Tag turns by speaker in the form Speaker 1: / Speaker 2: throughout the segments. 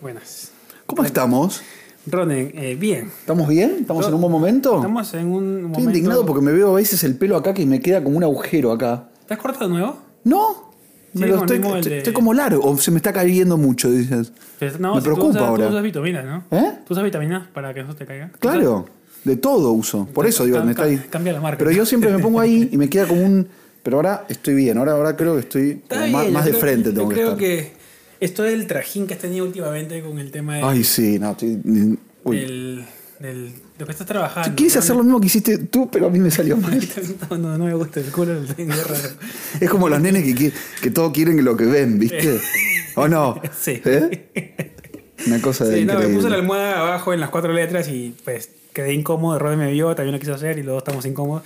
Speaker 1: buenas.
Speaker 2: ¿Cómo estamos?
Speaker 1: Ronen, eh, bien.
Speaker 2: ¿Estamos bien? ¿Estamos
Speaker 1: Yo-
Speaker 2: en un buen momento?
Speaker 1: Estamos en un momento...
Speaker 2: Estoy indignado porque me veo a veces el pelo acá que me queda como un agujero acá.
Speaker 1: ¿Estás corto de nuevo?
Speaker 2: ¿No?
Speaker 1: Sí,
Speaker 2: Me lo
Speaker 1: con
Speaker 2: estoy,
Speaker 1: limón,
Speaker 2: estoy-
Speaker 1: de-
Speaker 2: estoy como largo, o se me está cayendo mucho, dices.
Speaker 1: Pero no,
Speaker 2: Me
Speaker 1: si tú
Speaker 2: preocupa
Speaker 1: usas-
Speaker 2: ahora.
Speaker 1: Tú usas vitaminas, ¿no?
Speaker 2: ¿Eh?
Speaker 1: Tú usas vitaminas para que no se te caiga.
Speaker 2: Claro, de todo uso. Por eso digo,
Speaker 1: Cam-
Speaker 2: me está ahí.
Speaker 1: cam- cambia la marca.
Speaker 2: Pero yo siempre me pongo ahí y me queda como un. Pero ahora estoy bien, ahora, ahora creo que estoy como
Speaker 1: Está
Speaker 2: más,
Speaker 1: bien,
Speaker 2: más
Speaker 1: yo
Speaker 2: de
Speaker 1: creo-
Speaker 2: frente.
Speaker 1: yo
Speaker 2: Tengo que
Speaker 1: creo
Speaker 2: estar.
Speaker 1: que esto del trajín que has tenido últimamente con el tema de,
Speaker 2: Ay, sí, no, estoy. Uy.
Speaker 1: del, del- de lo que estás trabajando.
Speaker 2: Quieres hacer lo mismo que hiciste tú, pero a mí me salió mal.
Speaker 1: no, no, no me gusta el culo del tengo raro.
Speaker 2: Es como los nenes que, qui- que todo quieren lo que ven, ¿viste? ¿O no?
Speaker 1: Sí.
Speaker 2: ¿Eh? Una cosa de
Speaker 1: Sí, no, me
Speaker 2: increíble.
Speaker 1: puse la almohada abajo en las cuatro letras y pues quedé incómodo. Rode me vio, también lo quiso hacer y luego estamos incómodos.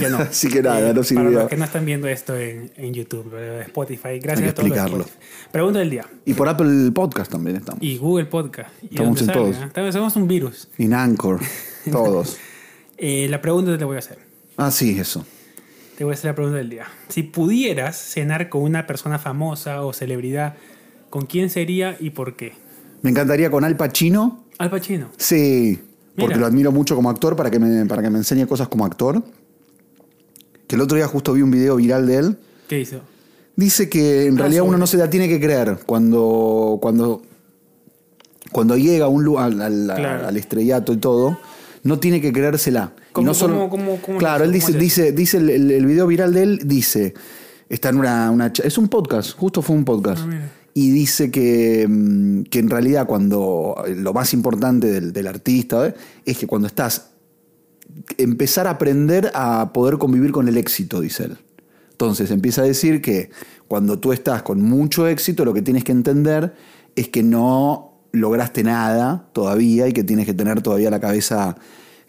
Speaker 1: Ya no. Eh,
Speaker 2: Así que nada, no sirvió.
Speaker 1: Para los que no están viendo esto en, en YouTube, en Spotify, gracias
Speaker 2: Hay que
Speaker 1: a todos. los de
Speaker 2: explicarlo.
Speaker 1: Spotify. Pregunta del día.
Speaker 2: Y por Apple Podcast también estamos.
Speaker 1: Y Google Podcast. Y
Speaker 2: Estamos
Speaker 1: donde
Speaker 2: en
Speaker 1: salga,
Speaker 2: todos.
Speaker 1: ¿eh? También somos un virus.
Speaker 2: Y en Anchor, todos.
Speaker 1: Eh, la pregunta te la voy a hacer.
Speaker 2: Ah, sí, eso.
Speaker 1: Te voy a hacer la pregunta del día. Si pudieras cenar con una persona famosa o celebridad, ¿con quién sería y por qué?
Speaker 2: Me encantaría con Al Pacino.
Speaker 1: Al Pacino.
Speaker 2: Sí, porque
Speaker 1: Mira.
Speaker 2: lo admiro mucho como actor para que, me, para que me enseñe cosas como actor. Que el otro día justo vi un video viral de él.
Speaker 1: ¿Qué hizo?
Speaker 2: Dice que en
Speaker 1: Ah,
Speaker 2: realidad
Speaker 1: sí.
Speaker 2: uno no se la tiene que creer cuando, cuando, cuando llega a un lugar, al, al-
Speaker 1: Claro.
Speaker 2: al estrellato y todo. No tiene que creérsela. Y
Speaker 1: ¿Cómo-
Speaker 2: no solo-
Speaker 1: cómo- cómo- cómo es
Speaker 2: claro,
Speaker 1: eso?
Speaker 2: él dice,
Speaker 1: ¿Cómo es
Speaker 2: dice, dice el, el- el video viral de él, dice, está en una, una cha- es un podcast, justo fue un podcast.
Speaker 1: Ah, mira.
Speaker 2: y dice que, mm, que en realidad cuando eh, lo más importante del, del artista ¿eh? es que cuando estás empezar a aprender a poder convivir con el éxito, dice él. Entonces empieza a decir que cuando tú estás con mucho éxito, lo que tienes que entender es que no lograste nada todavía y que tienes que tener todavía la cabeza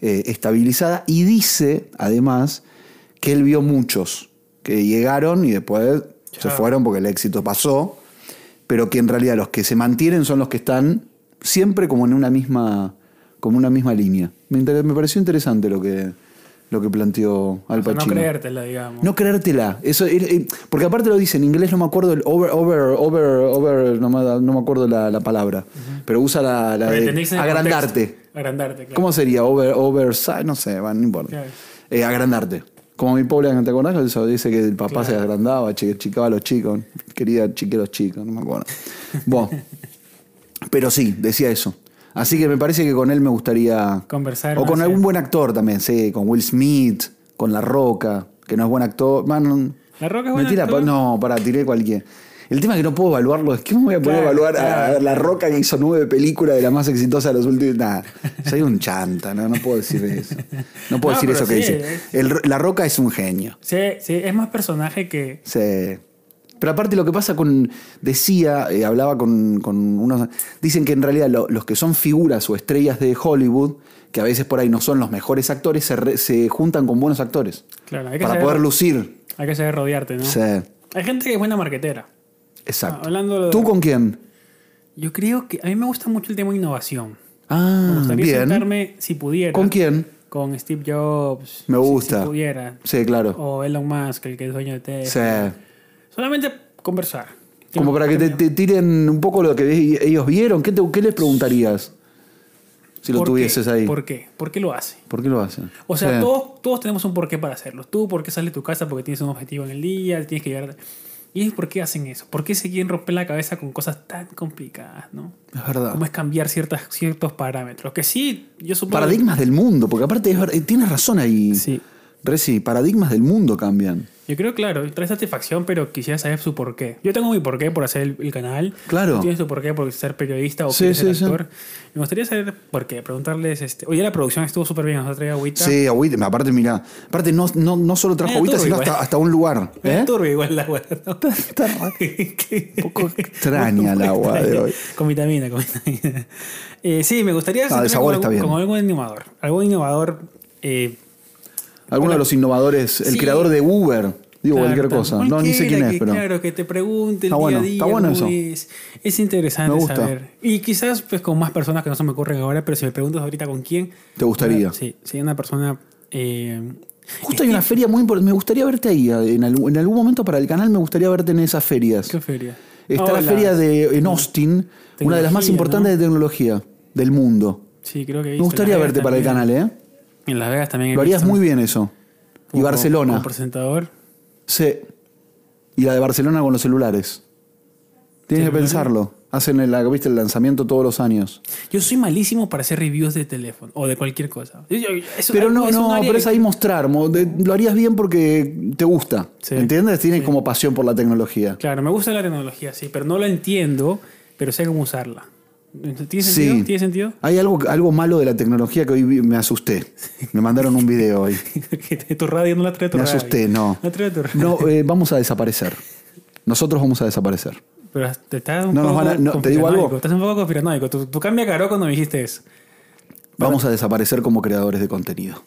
Speaker 2: eh, estabilizada. Y dice, además, que él vio muchos que llegaron y después se
Speaker 1: Chao.
Speaker 2: fueron porque el éxito pasó, pero que en realidad los que se mantienen son los que están siempre como en una misma, como una misma línea. Me, inter- me pareció interesante lo que, lo que planteó Al
Speaker 1: O sea,
Speaker 2: Pacino.
Speaker 1: no creértela, digamos.
Speaker 2: No creértela. Eso, eh, eh, porque aparte lo dice en inglés, no me acuerdo el over, over, over, over, no me, no me acuerdo la, la palabra. Pero usa la, la
Speaker 1: Pero
Speaker 2: de
Speaker 1: entendéis en el
Speaker 2: agrandarte.
Speaker 1: contexto. Agrandarte, claro.
Speaker 2: ¿Cómo sería? Over, oversize, no sé, va, no importa.
Speaker 1: Claro.
Speaker 2: Eh, agrandarte. Como mi pobre, ¿te acordás? Eso dice que el papá se agrandaba, chi- chicaba a los chicos. Quería chique a los chicos, no me acuerdo. Bueno. Pero sí, decía eso. Así que me parece que con él me gustaría.
Speaker 1: Conversar
Speaker 2: O
Speaker 1: más,
Speaker 2: con
Speaker 1: sí.
Speaker 2: algún buen actor también, sí. Con Will Smith, con La Roca, que no es buen actor. Man,
Speaker 1: ¿La Roca es buen
Speaker 2: mentira,
Speaker 1: actor?
Speaker 2: pa- No, para, tiré cualquiera. El tema es que no puedo evaluarlo. Es que me voy a poner
Speaker 1: Claro,
Speaker 2: a evaluar a- a La Roca que hizo nueve películas de las más exitosas de los últimos. Nada, soy un chanta, no, no puedo decir eso. No puedo
Speaker 1: No,
Speaker 2: decir
Speaker 1: pero
Speaker 2: eso que
Speaker 1: sí, eh.
Speaker 2: dice. El- la Roca es un genio.
Speaker 1: Sí, sí, es más personaje que.
Speaker 2: Sí. Pero aparte lo que pasa con, decía, eh, hablaba con, con unos, dicen que en realidad lo- los que son figuras o estrellas de Hollywood, que a veces por ahí no son los mejores actores, se, re- se juntan con buenos actores
Speaker 1: Claro, hay que,
Speaker 2: para
Speaker 1: saber,
Speaker 2: poder lucir.
Speaker 1: hay que saber rodearte, ¿no?
Speaker 2: Sí,
Speaker 1: Hay gente que es buena marquetera.
Speaker 2: exacto.
Speaker 1: Ah, hablando de-
Speaker 2: ¿Tú con quién?
Speaker 1: Yo creo que. A mí me gusta mucho el tema innovación. Me
Speaker 2: Ah,
Speaker 1: gustaría
Speaker 2: bien.
Speaker 1: sentarme, si pudiera.
Speaker 2: ¿Con quién?
Speaker 1: Con Steve Jobs.
Speaker 2: Me
Speaker 1: si- Si,
Speaker 2: gusta.
Speaker 1: pudiera.
Speaker 2: Sí, claro.
Speaker 1: O eh, Elon Musk, el que es dueño de Tesla.
Speaker 2: Sí.
Speaker 1: Solamente conversar.
Speaker 2: Como para que te, te tiren un poco lo que vi- ellos vieron. ¿Qué, te- qué les preguntarías si lo
Speaker 1: ¿Por qué?
Speaker 2: tuvieses ahí?
Speaker 1: ¿Por qué? ¿Por qué lo hace?
Speaker 2: ¿Por qué lo hacen?
Speaker 1: O sea,
Speaker 2: Sí.
Speaker 1: todos, todos tenemos un porqué para hacerlo. Tú, ¿por qué sales de tu casa? Porque tienes un objetivo en el día, tienes que llegar. ¿Y es por qué hacen eso? ¿Por qué se quieren romper la cabeza con cosas tan complicadas, no?
Speaker 2: Es verdad.
Speaker 1: ¿Cómo es cambiar ciertas, ciertos parámetros? Que sí, yo supongo.
Speaker 2: Paradigmas del mundo, porque aparte es ver- eh, tienes razón ahí.
Speaker 1: Sí.
Speaker 2: Reci, paradigmas del mundo cambian.
Speaker 1: Yo creo, claro, trae satisfacción, pero quisiera saber su porqué. Yo tengo mi porqué por hacer el, el canal.
Speaker 2: Claro.
Speaker 1: Tú tienes tu porqué por ser periodista o
Speaker 2: Sí,
Speaker 1: quieres ser
Speaker 2: sí, sí.
Speaker 1: actor. Me gustaría saber por qué. Preguntarles, este... Oye, la producción estuvo súper bien. Nos ha traído agüita.
Speaker 2: Sí, agüita, aparte, mira, aparte no, no, no solo trajo
Speaker 1: Medio
Speaker 2: agüita,
Speaker 1: turbio,
Speaker 2: sino
Speaker 1: igual.
Speaker 2: hasta, hasta un lugar.
Speaker 1: Es
Speaker 2: ¿eh?
Speaker 1: turbio igual la agua, ¿no?
Speaker 2: Está raro.
Speaker 1: un
Speaker 2: poco extraña el agua de hoy. Ah,
Speaker 1: Con vitamina, con vitamina. Eh, sí, me gustaría sentarme
Speaker 2: el sabor
Speaker 1: con
Speaker 2: está
Speaker 1: algún-
Speaker 2: bien.
Speaker 1: con algún innovador. Algún innovador. eh,
Speaker 2: Alguno de los innovadores, el
Speaker 1: Sí.
Speaker 2: creador de Uber, digo
Speaker 1: claro,
Speaker 2: cualquier cosa. No, ni sé quién
Speaker 1: cualquiera
Speaker 2: es,
Speaker 1: que,
Speaker 2: pero.
Speaker 1: Claro, que te pregunte el día
Speaker 2: Está bueno,
Speaker 1: a día.
Speaker 2: está bueno
Speaker 1: ¿no?
Speaker 2: eso.
Speaker 1: Es, es interesante
Speaker 2: Me gusta.
Speaker 1: saber. Y quizás pues con más personas que no se me ocurren ahora, pero si me preguntas ahorita con quién.
Speaker 2: ¿Te gustaría?
Speaker 1: una- sí, sí, una persona. eh,
Speaker 2: Justo hay una feria muy importante. Me gustaría verte ahí. En algún, en algún momento para el canal me gustaría verte en esas ferias.
Speaker 1: ¿Qué feria?
Speaker 2: Está
Speaker 1: Ahora
Speaker 2: la
Speaker 1: la-
Speaker 2: feria de, en Austin, una de las más
Speaker 1: Tecnología,
Speaker 2: importantes
Speaker 1: ¿no?
Speaker 2: de tecnología del mundo.
Speaker 1: Sí, creo que he
Speaker 2: Me
Speaker 1: visto.
Speaker 2: gustaría
Speaker 1: En Las
Speaker 2: verte
Speaker 1: Vegas
Speaker 2: para el
Speaker 1: también.
Speaker 2: canal, ¿eh?
Speaker 1: En Las Vegas también. he
Speaker 2: Lo harías
Speaker 1: visto.
Speaker 2: muy bien eso. Y
Speaker 1: Como-
Speaker 2: Barcelona.
Speaker 1: Como presentador.
Speaker 2: Sí. Y la de Barcelona con los celulares. Tienes que
Speaker 1: ¿Celulares?
Speaker 2: pensarlo. Hacen el, ¿viste, el lanzamiento todos los años.
Speaker 1: Yo soy malísimo para hacer reviews de teléfono o de cualquier cosa. Yo- yo- es-
Speaker 2: Pero no,
Speaker 1: es un
Speaker 2: no,
Speaker 1: área
Speaker 2: pero es
Speaker 1: que-
Speaker 2: ahí mostrar. mo- de- Lo harías bien porque te gusta.
Speaker 1: Sí.
Speaker 2: ¿Entiendes? Tienes como pasión por la tecnología.
Speaker 1: Claro, me gusta la tecnología, sí, pero no la entiendo, pero sé cómo usarla. ¿Tiene
Speaker 2: Sí.
Speaker 1: sentido? ¿Tiene sentido?
Speaker 2: Hay algo, algo malo de la tecnología que hoy vi- me asusté. Me mandaron un video hoy.
Speaker 1: Que te- tu radio no la trae tu
Speaker 2: Me
Speaker 1: radio.
Speaker 2: asusté, no.
Speaker 1: No trae tu radio.
Speaker 2: No, eh, vamos a desaparecer. Nosotros vamos a desaparecer.
Speaker 1: Pero te estás un
Speaker 2: No nos
Speaker 1: poco
Speaker 2: van a- no, te digo
Speaker 1: conspiranoico,
Speaker 2: algo.
Speaker 1: Estás un poco conspiranoico. Tú, tú cambia caro cuando me dijiste eso.
Speaker 2: Vamos a desaparecer como creadores de contenido.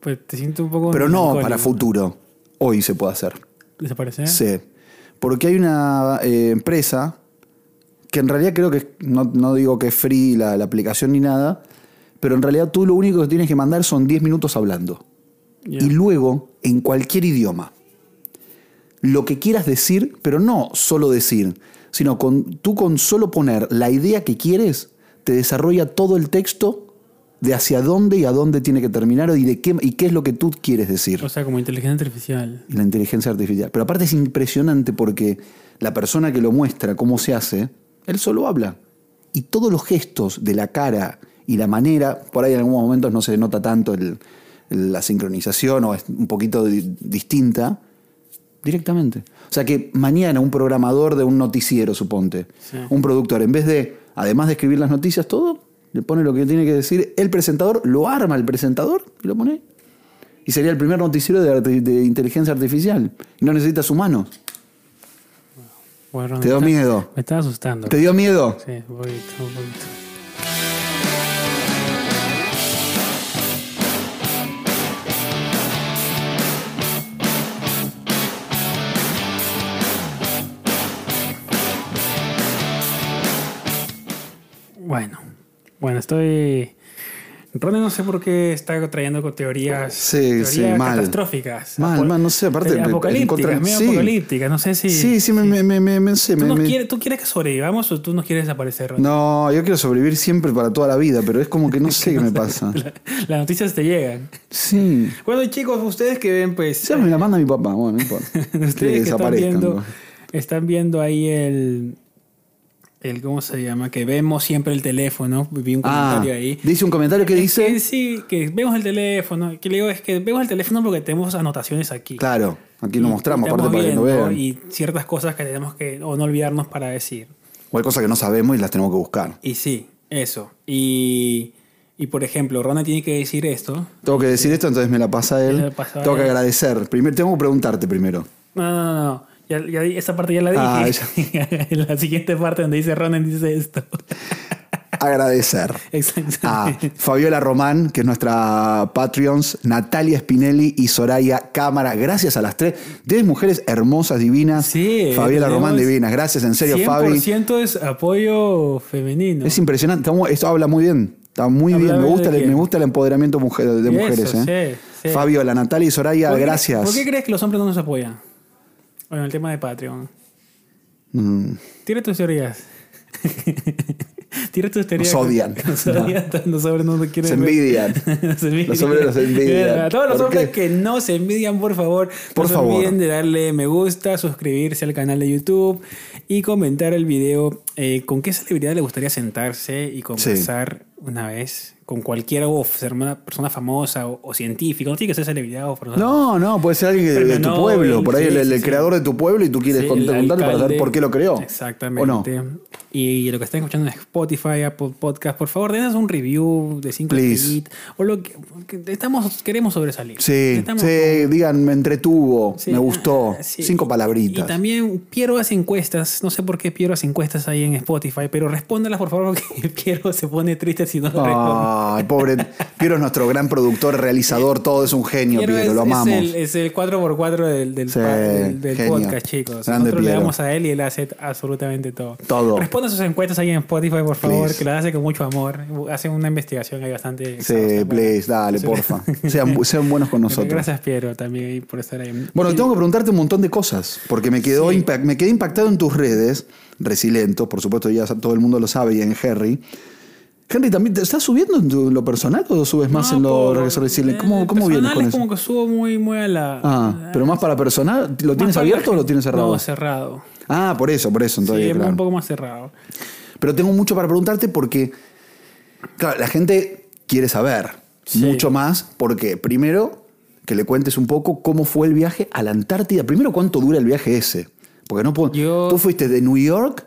Speaker 1: Pues te siento un poco.
Speaker 2: Pero no
Speaker 1: melancólico.
Speaker 2: para futuro. Hoy se puede hacer.
Speaker 1: ¿Desaparecer?
Speaker 2: Sí. Porque hay una eh, empresa que en realidad creo que es- no, no digo que es free la, la aplicación ni nada, pero en realidad tú lo único que tienes que mandar son 10 minutos hablando.
Speaker 1: Ya.
Speaker 2: Y luego en cualquier idioma. Lo que quieras decir, pero no solo decir, sino con, tú con solo poner la idea que quieres, te desarrolla todo el texto de hacia dónde y a dónde tiene que terminar y, de qué, y qué es lo que tú quieres decir
Speaker 1: O sea, como inteligencia artificial.
Speaker 2: la inteligencia artificial. Pero aparte es impresionante porque la persona que lo muestra, cómo se hace, él solo habla. Y todos los gestos de la cara y la manera, por ahí en algunos momentos no se nota tanto el- el- la sincronización o es un poquito di- distinta, directamente. O sea que mañana un programador de un noticiero, suponte,
Speaker 1: Sí.
Speaker 2: un productor, en vez de, además de escribir las noticias, todo, le pone lo que tiene que decir, el presentador, lo arma el presentador y lo pone ahí. Y sería el primer noticiero de, arti- de inteligencia artificial. Y no necesitas humanos.
Speaker 1: Bueno,
Speaker 2: Te dio
Speaker 1: me está-
Speaker 2: miedo.
Speaker 1: Me estaba asustando.
Speaker 2: ¿Te dio miedo?
Speaker 1: Sí, un poquito, un poquito. Bueno, bueno, estoy. Ronnie no sé por qué está trayendo con teorías,
Speaker 2: Sí,
Speaker 1: teorías
Speaker 2: sí, mal.
Speaker 1: catastróficas.
Speaker 2: Mal, mal, no sé, aparte,
Speaker 1: teorías
Speaker 2: me-
Speaker 1: Apocalípticas,
Speaker 2: encontrar-
Speaker 1: medio
Speaker 2: sí.
Speaker 1: apocalípticas, no sé si.
Speaker 2: Sí, sí, me, me, me, me- me- sé,
Speaker 1: ¿Tú,
Speaker 2: me-
Speaker 1: nos
Speaker 2: me-
Speaker 1: quieres, ¿Tú quieres que sobrevivamos o tú nos quieres desaparecer, Ronnie?
Speaker 2: No, yo quiero sobrevivir siempre para toda la vida, pero es como que no sé qué me pasa.
Speaker 1: Las noticias te llegan.
Speaker 2: Sí.
Speaker 1: Bueno, chicos, ustedes que ven, pues.
Speaker 2: Ya me la manda mi papá, bueno, no importa.
Speaker 1: ustedes
Speaker 2: Quiere
Speaker 1: que están
Speaker 2: desaparezcan,
Speaker 1: viendo,
Speaker 2: ¿no?
Speaker 1: están viendo ahí el. el ¿Cómo se llama? Que vemos siempre el teléfono. Vi un
Speaker 2: Ah,
Speaker 1: comentario ahí.
Speaker 2: dice un comentario que
Speaker 1: Que
Speaker 2: dice.
Speaker 1: sí, que vemos el teléfono. Que le digo, es que vemos el teléfono porque tenemos anotaciones aquí.
Speaker 2: Claro, aquí lo mostramos,
Speaker 1: Estamos
Speaker 2: aparte para que lo
Speaker 1: viendo
Speaker 2: vean.
Speaker 1: Y ciertas cosas que tenemos que. o no olvidarnos para decir.
Speaker 2: O hay cosas que no sabemos y las tenemos que buscar.
Speaker 1: Y sí, eso. Y. Y por ejemplo, Rona tiene que decir esto.
Speaker 2: Tengo que decir esto, entonces me la pasa
Speaker 1: Me
Speaker 2: él.
Speaker 1: la pasa
Speaker 2: Tengo que
Speaker 1: él.
Speaker 2: agradecer. Primero, tengo que preguntarte primero.
Speaker 1: No, no, no, no. Ya, ya di- esa parte ya la dije.
Speaker 2: Ah,
Speaker 1: la siguiente parte donde dice Ronan dice esto. Ah,
Speaker 2: Agradecer. a
Speaker 1: Exactamente.
Speaker 2: Fabiola Román, que es nuestra Patreons, Natalia Spinelli y Soraya Cámara. Gracias a las tres. Tres mujeres hermosas, divinas.
Speaker 1: Sí,
Speaker 2: Fabiola
Speaker 1: tenemos
Speaker 2: Román, divinas. Gracias, en serio, Fabi.
Speaker 1: 100% es apoyo femenino.
Speaker 2: Es impresionante. Estamos- esto habla muy bien. Está muy
Speaker 1: Habla
Speaker 2: bien. Me
Speaker 1: bien
Speaker 2: gusta,
Speaker 1: de
Speaker 2: el,
Speaker 1: quién.
Speaker 2: me gusta el empoderamiento mujer- de
Speaker 1: Eso,
Speaker 2: mujeres. eh.
Speaker 1: sí, sí.
Speaker 2: Fabiola, Natalia y Soraya,
Speaker 1: ¿Por qué-
Speaker 2: gracias.
Speaker 1: ¿Por qué crees que los hombres no nos apoyan? Bueno, el tema de Patreon.
Speaker 2: Mm,
Speaker 1: Tira tus teorías. Tira tus teorías.
Speaker 2: Nos odian.
Speaker 1: Nos odian. Los hombres no nos quieren
Speaker 2: se
Speaker 1: ver.
Speaker 2: envidian.
Speaker 1: Nos envidian.
Speaker 2: Los hombres nos envidian.
Speaker 1: A todos los
Speaker 2: ¿Por
Speaker 1: hombres que
Speaker 2: qué?
Speaker 1: no se envidian, por favor,
Speaker 2: Por
Speaker 1: no
Speaker 2: favor.
Speaker 1: se olviden de darle me gusta, suscribirse al canal de YouTube y comentar el video eh, con qué celebridad le gustaría sentarse y conversar una vez con cualquiera o ser una persona famosa o, o científico. No tiene que ser celebridad o persona
Speaker 2: No, no, puede ser alguien de, de
Speaker 1: Premio
Speaker 2: tu
Speaker 1: Nobel,
Speaker 2: pueblo, por ahí
Speaker 1: sí,
Speaker 2: el, el
Speaker 1: sí, sí.
Speaker 2: creador de tu pueblo y tú quieres
Speaker 1: Sí,
Speaker 2: cont-
Speaker 1: el
Speaker 2: contarle para saber
Speaker 1: alcalde.
Speaker 2: por qué lo creó.
Speaker 1: Exactamente.
Speaker 2: ¿O no?
Speaker 1: Y lo que están escuchando en Spotify, Apple Podcast, por favor, denos un review de 5
Speaker 2: Please.
Speaker 1: o lo que, que estamos queremos sobresalir.
Speaker 2: Sí,
Speaker 1: Estamos-
Speaker 2: sí, digan, me entretuvo,
Speaker 1: sí,
Speaker 2: me gustó.
Speaker 1: ah, sí.
Speaker 2: Cinco palabritas.
Speaker 1: Y también Piero hace encuestas, no sé por qué Piero hace encuestas ahí en Spotify, pero respóndalas por favor porque Piero se pone triste si no
Speaker 2: Ah, Ay, pobre. Piero es nuestro gran productor, realizador, todo es un genio, Piero,
Speaker 1: es,
Speaker 2: lo amamos.
Speaker 1: Es el, es el 4x4 del, del,
Speaker 2: Sí,
Speaker 1: pa- del- del
Speaker 2: genio.
Speaker 1: podcast, chicos.
Speaker 2: Grande
Speaker 1: Nosotros le
Speaker 2: Piero.
Speaker 1: damos a él y él hace absolutamente todo.
Speaker 2: Todo.
Speaker 1: Responda sus encuestas ahí en Spotify, por favor,
Speaker 2: Please.
Speaker 1: que las hace con mucho amor. Hace una investigación ahí bastante.
Speaker 2: Sí,
Speaker 1: exhausta.
Speaker 2: please, dale, porfa. Sean, bu- sean buenos con nosotros.
Speaker 1: Gracias, Piero, también ahí por estar ahí.
Speaker 2: Bueno, tengo que preguntarte un montón de cosas, porque me, quedó
Speaker 1: Sí.
Speaker 2: impact- me quedé impactado en tus redes, Resilento, por supuesto, ya todo el mundo lo sabe, y en Henry. Henry, ¿también te estás subiendo en tu- lo personal o subes más
Speaker 1: No,
Speaker 2: en lo
Speaker 1: por-
Speaker 2: Resilient? ¿Cómo,
Speaker 1: eh,
Speaker 2: cómo vienes
Speaker 1: personal
Speaker 2: con
Speaker 1: es
Speaker 2: eso?
Speaker 1: como que subo muy, muy a la.
Speaker 2: Ah, pero más para personal, ¿lo
Speaker 1: más
Speaker 2: tienes
Speaker 1: para la-
Speaker 2: abierto o lo tienes cerrado?
Speaker 1: No, cerrado.
Speaker 2: Ah, por eso, por eso,
Speaker 1: Sí,
Speaker 2: entonces,
Speaker 1: es
Speaker 2: claro.
Speaker 1: un poco más cerrado.
Speaker 2: Pero tengo mucho para preguntarte porque, claro, la gente quiere saber
Speaker 1: Sí.
Speaker 2: mucho más porque, primero, que le cuentes un poco cómo fue el viaje a la Antártida. Primero, cuánto dura el viaje ese. Porque no puedo...
Speaker 1: Yo-
Speaker 2: Tú fuiste de New York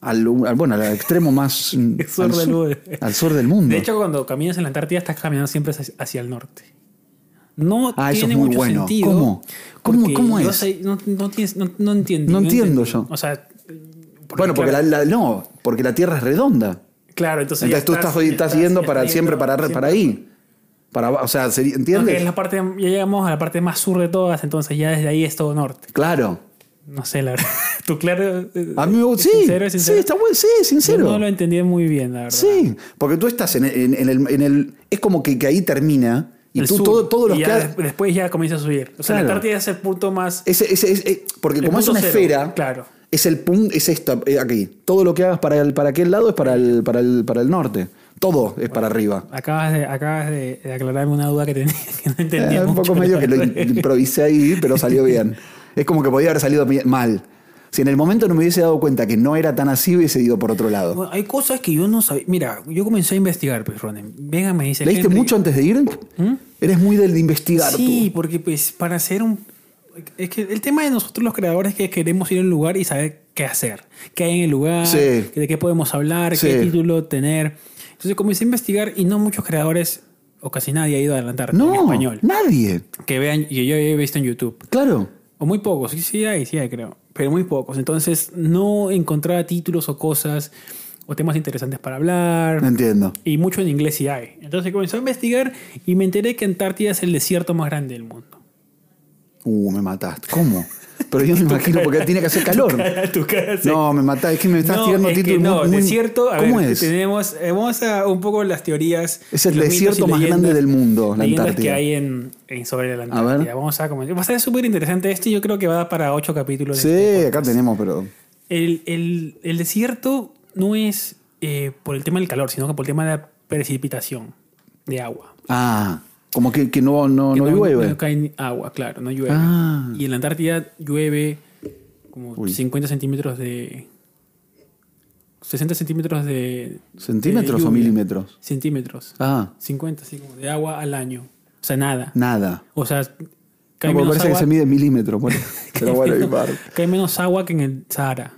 Speaker 2: al, al- bueno, al extremo más... mm,
Speaker 1: sur
Speaker 2: al,
Speaker 1: del mundo.
Speaker 2: al sur del mundo.
Speaker 1: De hecho, cuando caminas en la Antártida, estás caminando siempre hacia- hacia el norte. No
Speaker 2: Ah, eso
Speaker 1: tiene
Speaker 2: es muy
Speaker 1: mucho
Speaker 2: bueno.
Speaker 1: sentido.
Speaker 2: ¿Cómo? ¿Cómo-
Speaker 1: porque
Speaker 2: cómo
Speaker 1: no
Speaker 2: es?
Speaker 1: sé, no, no tienes- no- no entiendo.
Speaker 2: No entiendo
Speaker 1: entendí.
Speaker 2: yo.
Speaker 1: O sea,
Speaker 2: bueno, porque
Speaker 1: claro,
Speaker 2: la, la- no, porque la Tierra es redonda.
Speaker 1: Claro, entonces.
Speaker 2: Entonces
Speaker 1: ya
Speaker 2: tú estás, estás
Speaker 1: estás-
Speaker 2: yendo
Speaker 1: ya
Speaker 2: para
Speaker 1: estás
Speaker 2: siempre
Speaker 1: yendo
Speaker 2: para, para ahí. Para, o sea, sería- ¿entiendes?
Speaker 1: Ok, es la parte, ya llegamos a la parte más sur de todas, entonces ya desde ahí es todo norte.
Speaker 2: Claro.
Speaker 1: No sé, la verdad. Tú, claro. eh,
Speaker 2: A mí me
Speaker 1: es
Speaker 2: gusta. Sí,
Speaker 1: sincero, es sincero.
Speaker 2: sí, está bueno, sí, sincero.
Speaker 1: Yo no lo entendí muy bien, la verdad.
Speaker 2: Sí, porque tú estás en, en- en el, en el- Es como que, que ahí termina. Y
Speaker 1: El
Speaker 2: tú,
Speaker 1: sur,
Speaker 2: todo, todos los
Speaker 1: y
Speaker 2: que.
Speaker 1: ya
Speaker 2: ha-
Speaker 1: des- Después ya comienza a subir. O sea,
Speaker 2: Claro.
Speaker 1: la Antártida es el punto más.
Speaker 2: ese- ese- ese- porque
Speaker 1: el
Speaker 2: como es
Speaker 1: punto
Speaker 2: una
Speaker 1: cero,
Speaker 2: esfera,
Speaker 1: Claro.
Speaker 2: es el punto. Es esto, eh, aquí. Todo lo que hagas para, el, para aquel lado es para el, para el, para el norte. Todo es para arriba.
Speaker 1: Acabas de, acabas de, de aclararme una duda que tenía, que no entendía.
Speaker 2: Eh, un
Speaker 1: mucho,
Speaker 2: poco medio
Speaker 1: la
Speaker 2: que lo
Speaker 1: verdad.
Speaker 2: in- improvisé ahí, pero salió bien. Es como que podía haber salido bien- mal. Si en el momento no me hubiese dado cuenta que no era tan así, hubiese ido por otro lado.
Speaker 1: Bueno, hay cosas que yo no sabía. Mira, yo comencé a investigar, pues, Ronen. Venga, me dice.
Speaker 2: ¿Leíste
Speaker 1: Henry, ¿Mm?
Speaker 2: mucho antes de ir? Eres muy del de investigar
Speaker 1: Sí,
Speaker 2: tú.
Speaker 1: porque pues para hacer un... Es que el tema de nosotros los creadores es que queremos ir a un lugar y saber qué hacer, qué hay en el lugar,
Speaker 2: Sí.
Speaker 1: de qué podemos hablar,
Speaker 2: Sí.
Speaker 1: qué título tener. Entonces comencé a investigar y no muchos creadores, o casi nadie ha ido a adelantar en
Speaker 2: No,
Speaker 1: español,
Speaker 2: nadie.
Speaker 1: que vean, que yo he visto en YouTube.
Speaker 2: Claro.
Speaker 1: O muy pocos, sí, sí hay, sí hay, creo. Pero muy pocos. Entonces no encontraba títulos o cosas o temas interesantes para hablar.
Speaker 2: No entiendo.
Speaker 1: Y mucho en inglés sí hay. Entonces comencé a investigar y me enteré que Antártida es el desierto más grande del mundo.
Speaker 2: Uh, me mataste. ¿Cómo? Pero yo no me imagino porque tiene que hacer calor.
Speaker 1: Tu cara se-
Speaker 2: No, me mataste. Es que me estás
Speaker 1: No,
Speaker 2: tirando
Speaker 1: es que
Speaker 2: títulos
Speaker 1: no,
Speaker 2: muy, muy-
Speaker 1: desierto. A
Speaker 2: ¿Cómo
Speaker 1: ver,
Speaker 2: es?
Speaker 1: Tenemos, eh, vamos a un poco las teorías.
Speaker 2: Es el
Speaker 1: los mitos y
Speaker 2: desierto más
Speaker 1: leyendas-
Speaker 2: grande del mundo, la
Speaker 1: leyendas
Speaker 2: Antártida.
Speaker 1: que hay en, en- sobre la
Speaker 2: ver.
Speaker 1: Antártida. Vamos a comenzar. Va a ser súper interesante esto y yo creo que va a dar para ocho capítulos. de este
Speaker 2: Sí, acá tenemos, pero.
Speaker 1: El, el- el desierto no es eh, por el tema del calor, sino que por el tema de la precipitación de agua.
Speaker 2: Ah, como que, que no, no,
Speaker 1: Que
Speaker 2: no llueve.
Speaker 1: No cae ni agua, claro, no llueve.
Speaker 2: Ah.
Speaker 1: Y en la Antártida llueve como
Speaker 2: Uy.
Speaker 1: 50 centímetros de... 60 centímetros de...
Speaker 2: ¿Centímetros
Speaker 1: de
Speaker 2: o
Speaker 1: lluvia.
Speaker 2: milímetros?
Speaker 1: Centímetros.
Speaker 2: Ah,
Speaker 1: 50, así como de agua al año. O sea, nada.
Speaker 2: nada.
Speaker 1: O sea,
Speaker 2: No,
Speaker 1: cae,
Speaker 2: porque
Speaker 1: menos
Speaker 2: parece que
Speaker 1: agua,
Speaker 2: se mide en milímetros. bueno. Pero bueno, igual.
Speaker 1: cae menos agua que en el Sahara.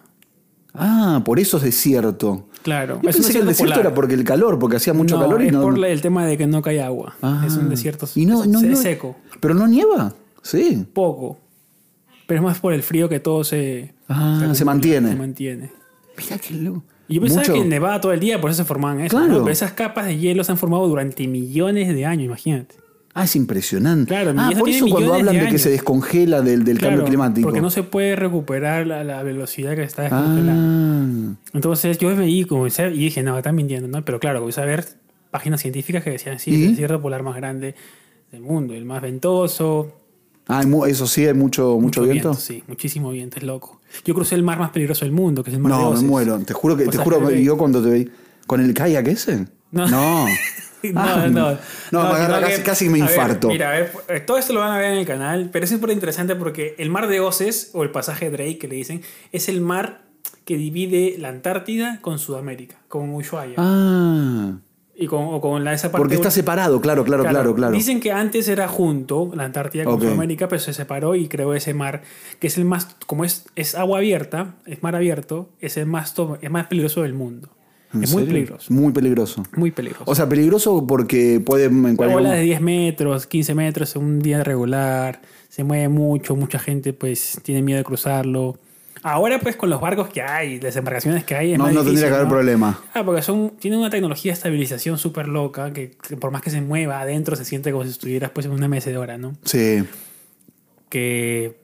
Speaker 2: Ah, por eso es desierto.
Speaker 1: Claro.
Speaker 2: Yo
Speaker 1: es un
Speaker 2: pensé que el desierto
Speaker 1: polar.
Speaker 2: era porque el calor, porque hacía mucho
Speaker 1: No,
Speaker 2: calor y
Speaker 1: es
Speaker 2: no.
Speaker 1: por la- el tema de que no cae agua.
Speaker 2: Ah.
Speaker 1: es un desierto
Speaker 2: Y no-
Speaker 1: es-
Speaker 2: no-
Speaker 1: es
Speaker 2: no-
Speaker 1: seco.
Speaker 2: Pero no nieva. Sí.
Speaker 1: Poco. Pero es más por el frío que todo se...
Speaker 2: Ah,
Speaker 1: acumula,
Speaker 2: se mantiene.
Speaker 1: Se mantiene.
Speaker 2: Mira qué loco.
Speaker 1: Y yo pensaba
Speaker 2: Mucho-
Speaker 1: que nevaba todo el día, por eso se formaban esas.
Speaker 2: Claro.
Speaker 1: ¿no? Pero esas capas de hielo se han formado durante millones de años, imagínate.
Speaker 2: Ah, es impresionante.
Speaker 1: Claro,
Speaker 2: ah,
Speaker 1: y eso
Speaker 2: por
Speaker 1: tiene
Speaker 2: eso cuando
Speaker 1: millones
Speaker 2: hablan de,
Speaker 1: de
Speaker 2: que se
Speaker 1: años.
Speaker 2: descongela del, del
Speaker 1: Claro,
Speaker 2: cambio climático.
Speaker 1: Porque no se puede recuperar la, la velocidad que está descongelando.
Speaker 2: ah,
Speaker 1: Entonces yo veí como y dije, no, están mintiendo, ¿no? Pero claro, comencé a ver páginas científicas que decían, sí,
Speaker 2: ¿Y?
Speaker 1: el desierto polar más grande del mundo, el más ventoso,
Speaker 2: Ah, hay mu- eso sí, hay mucho, mucho, viento.
Speaker 1: Sí, muchísimo viento, es loco. Yo crucé el mar más peligroso del mundo, que es el mar de
Speaker 2: No, me
Speaker 1: Oces.
Speaker 2: muero. Te juro que
Speaker 1: O
Speaker 2: te
Speaker 1: sea,
Speaker 2: juro
Speaker 1: que
Speaker 2: que
Speaker 1: ve-
Speaker 2: yo cuando te veí. ¿Con el kayak ese?
Speaker 1: No.
Speaker 2: No.
Speaker 1: No,
Speaker 2: Ah,
Speaker 1: no,
Speaker 2: no, me agarra
Speaker 1: sino
Speaker 2: casi-
Speaker 1: que-
Speaker 2: casi me
Speaker 1: a ver,
Speaker 2: infarto.
Speaker 1: mira, a ver, eh, todo esto lo van a ver en el canal, pero es súper interesante porque el mar de Oces, o el pasaje Drake que le dicen, es el mar que divide la Antártida con Sudamérica, con Ushuaia.
Speaker 2: Ah.
Speaker 1: Y con, o con la, esa parte
Speaker 2: Porque está separado, claro, claro, claro, claro.
Speaker 1: Dicen que antes era junto la Antártida con
Speaker 2: Ok.
Speaker 1: Sudamérica, pero se separó y creó ese mar, que es el más, como es, es agua abierta, es mar abierto, es el más, to- es más peligroso del mundo.
Speaker 2: ¿En
Speaker 1: Es muy
Speaker 2: serio?
Speaker 1: peligroso,
Speaker 2: Muy peligroso.
Speaker 1: muy peligroso.
Speaker 2: O sea, peligroso porque puede en
Speaker 1: la
Speaker 2: cualquier
Speaker 1: bola de 10 metros, 15 metros, en un día regular, se mueve mucho, mucha gente pues tiene miedo de cruzarlo. Ahora, pues, con los barcos que hay, las embarcaciones que hay. es
Speaker 2: No,
Speaker 1: más
Speaker 2: no
Speaker 1: difícil,
Speaker 2: tendría que haber
Speaker 1: ¿no?
Speaker 2: problema.
Speaker 1: Ah, porque son, tienen una tecnología de estabilización súper loca que, que por más que se mueva adentro se siente como si estuvieras pues en una mecedora, ¿no?
Speaker 2: Sí.
Speaker 1: Que,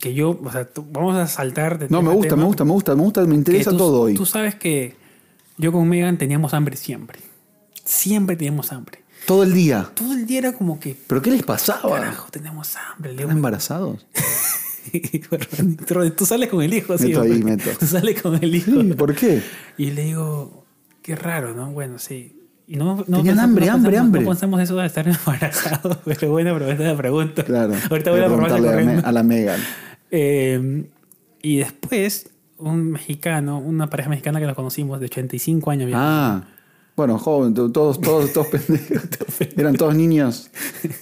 Speaker 1: que yo, o sea, tú- vamos a saltar de
Speaker 2: No,
Speaker 1: tema
Speaker 2: me
Speaker 1: a
Speaker 2: gusta,
Speaker 1: tema,
Speaker 2: me gusta, me gusta, me gusta, me
Speaker 1: que
Speaker 2: interesa
Speaker 1: tú-
Speaker 2: todo hoy.
Speaker 1: Tú sabes que yo con Megan teníamos hambre siempre. Siempre teníamos hambre.
Speaker 2: Todo el día.
Speaker 1: Todo el día era como que,
Speaker 2: ¿Pero qué les pasaba?
Speaker 1: carajo, tenemos hambre. Le digo,
Speaker 2: ¿Están embarazados?
Speaker 1: "Rodri, tú sales con el hijo, sí.
Speaker 2: Meto ahí,
Speaker 1: porque
Speaker 2: meto.
Speaker 1: Tú sales con el hijo.
Speaker 2: Sí, ¿Por qué?
Speaker 1: Y le digo, qué raro, ¿no? Bueno, sí. Y no, no
Speaker 2: Tenían hambre,
Speaker 1: no
Speaker 2: hambre,
Speaker 1: pensamos,
Speaker 2: hambre.
Speaker 1: No pensamos eso de estar embarazados, pero buena pregunta la pregunta.
Speaker 2: Claro.
Speaker 1: Ahorita voy a
Speaker 2: Voy a
Speaker 1: la farmacia
Speaker 2: preguntarle a,
Speaker 1: corriendo.
Speaker 2: Me- a la Megan.
Speaker 1: Eh, y después, un mexicano, una pareja mexicana que nos conocimos de 85 años, viejo,
Speaker 2: Ah. Bueno, joven, to- todos, todos, todos pendejos. Eran todos niños.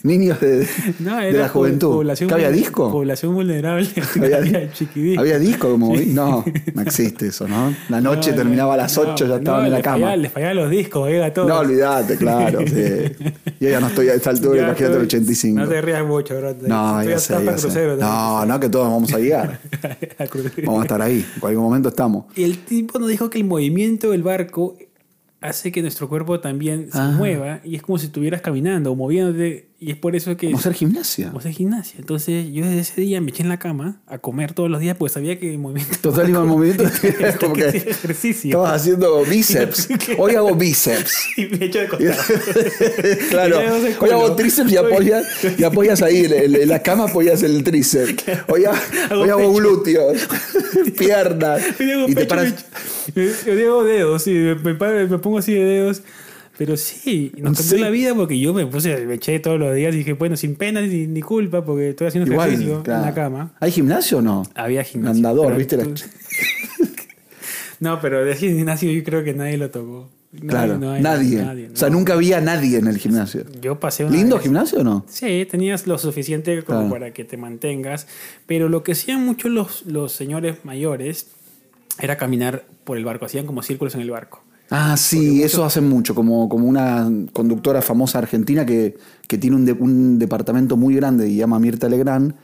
Speaker 2: Niños de,
Speaker 1: No,
Speaker 2: de
Speaker 1: era
Speaker 2: la
Speaker 1: po-
Speaker 2: juventud.
Speaker 1: población
Speaker 2: ¿Que había
Speaker 1: vulne-
Speaker 2: disco?
Speaker 1: Población vulnerable.
Speaker 2: Había-
Speaker 1: había chiquidisco.
Speaker 2: Había disco como hoy. No, no existe eso, ¿no? La noche
Speaker 1: No,
Speaker 2: terminaba a las
Speaker 1: no,
Speaker 2: 8, ya
Speaker 1: no,
Speaker 2: estaban en la
Speaker 1: les
Speaker 2: cama.
Speaker 1: fallaba- les fallaban los discos, eh, a todos.
Speaker 2: No, olvídate, claro. sí. Yo ya no estoy a esta altura,
Speaker 1: Ya
Speaker 2: imagínate
Speaker 1: estoy-
Speaker 2: el 85.
Speaker 1: No te rías mucho, bro.
Speaker 2: No,
Speaker 1: Estoy
Speaker 2: ya
Speaker 1: hasta
Speaker 2: sé,
Speaker 1: para
Speaker 2: ya sé.
Speaker 1: crucero también.
Speaker 2: No, no, que todos vamos a llegar.
Speaker 1: A crucero.
Speaker 2: Vamos a estar ahí. En cualquier momento estamos.
Speaker 1: Y el tipo nos dijo que el movimiento del barco hace que nuestro cuerpo también se
Speaker 2: Ah.
Speaker 1: mueva y es como si estuvieras caminando o moviéndote y es por eso que
Speaker 2: Vamos a hacer gimnasia.
Speaker 1: como hacer gimnasia. Entonces yo desde ese día me eché en la cama a comer todos los días porque sabía que el movimiento
Speaker 2: Total, iba al movimiento.
Speaker 1: es
Speaker 2: como que
Speaker 1: ejercicio.
Speaker 2: estabas haciendo bíceps. Hoy hago bíceps.
Speaker 1: Y me echo de costado.
Speaker 2: claro.
Speaker 1: Ya no sé
Speaker 2: Hoy
Speaker 1: cuándo.
Speaker 2: hago tríceps y
Speaker 1: Hoy-
Speaker 2: apoyas, y apoyas ahí. En, en- en la cama apoyas el tríceps. Hoy, ha-
Speaker 1: Hago
Speaker 2: hoy hago
Speaker 1: pecho.
Speaker 2: glúteos, piernas.
Speaker 1: Yo digo,
Speaker 2: Y te
Speaker 1: pecho,
Speaker 2: paras.
Speaker 1: pecho. Yo digo dedos, sí, me, me paro- me pongo así de dedos. Pero sí, nos cambió
Speaker 2: Sí.
Speaker 1: la vida porque yo me puse, me eché todos los días y dije, bueno, sin pena ni, ni culpa porque estoy haciendo ejercicio
Speaker 2: Igual.
Speaker 1: en la
Speaker 2: claro.
Speaker 1: cama. Ah,
Speaker 2: ¿Hay gimnasio o no?
Speaker 1: Había gimnasio.
Speaker 2: Andador,
Speaker 1: pero
Speaker 2: ¿viste? La-
Speaker 1: tú- No, pero de gimnasio yo creo que nadie lo tocó. Nadie,
Speaker 2: Claro.
Speaker 1: no hay-
Speaker 2: nadie.
Speaker 1: nadie,
Speaker 2: O sea,
Speaker 1: no.
Speaker 2: nunca había nadie en el gimnasio.
Speaker 1: Yo pasé una
Speaker 2: ¿Lindo
Speaker 1: vez-
Speaker 2: gimnasio o no?
Speaker 1: Sí, tenías lo suficiente como
Speaker 2: Claro.
Speaker 1: para que te mantengas. Pero lo que hacían muchos los, los señores mayores era caminar por el barco. Hacían como círculos en el barco.
Speaker 2: Ah, sí, eso hacen mucho, como, como una conductora famosa argentina que, que tiene un, de- un departamento muy grande y llama Mirta Legrand,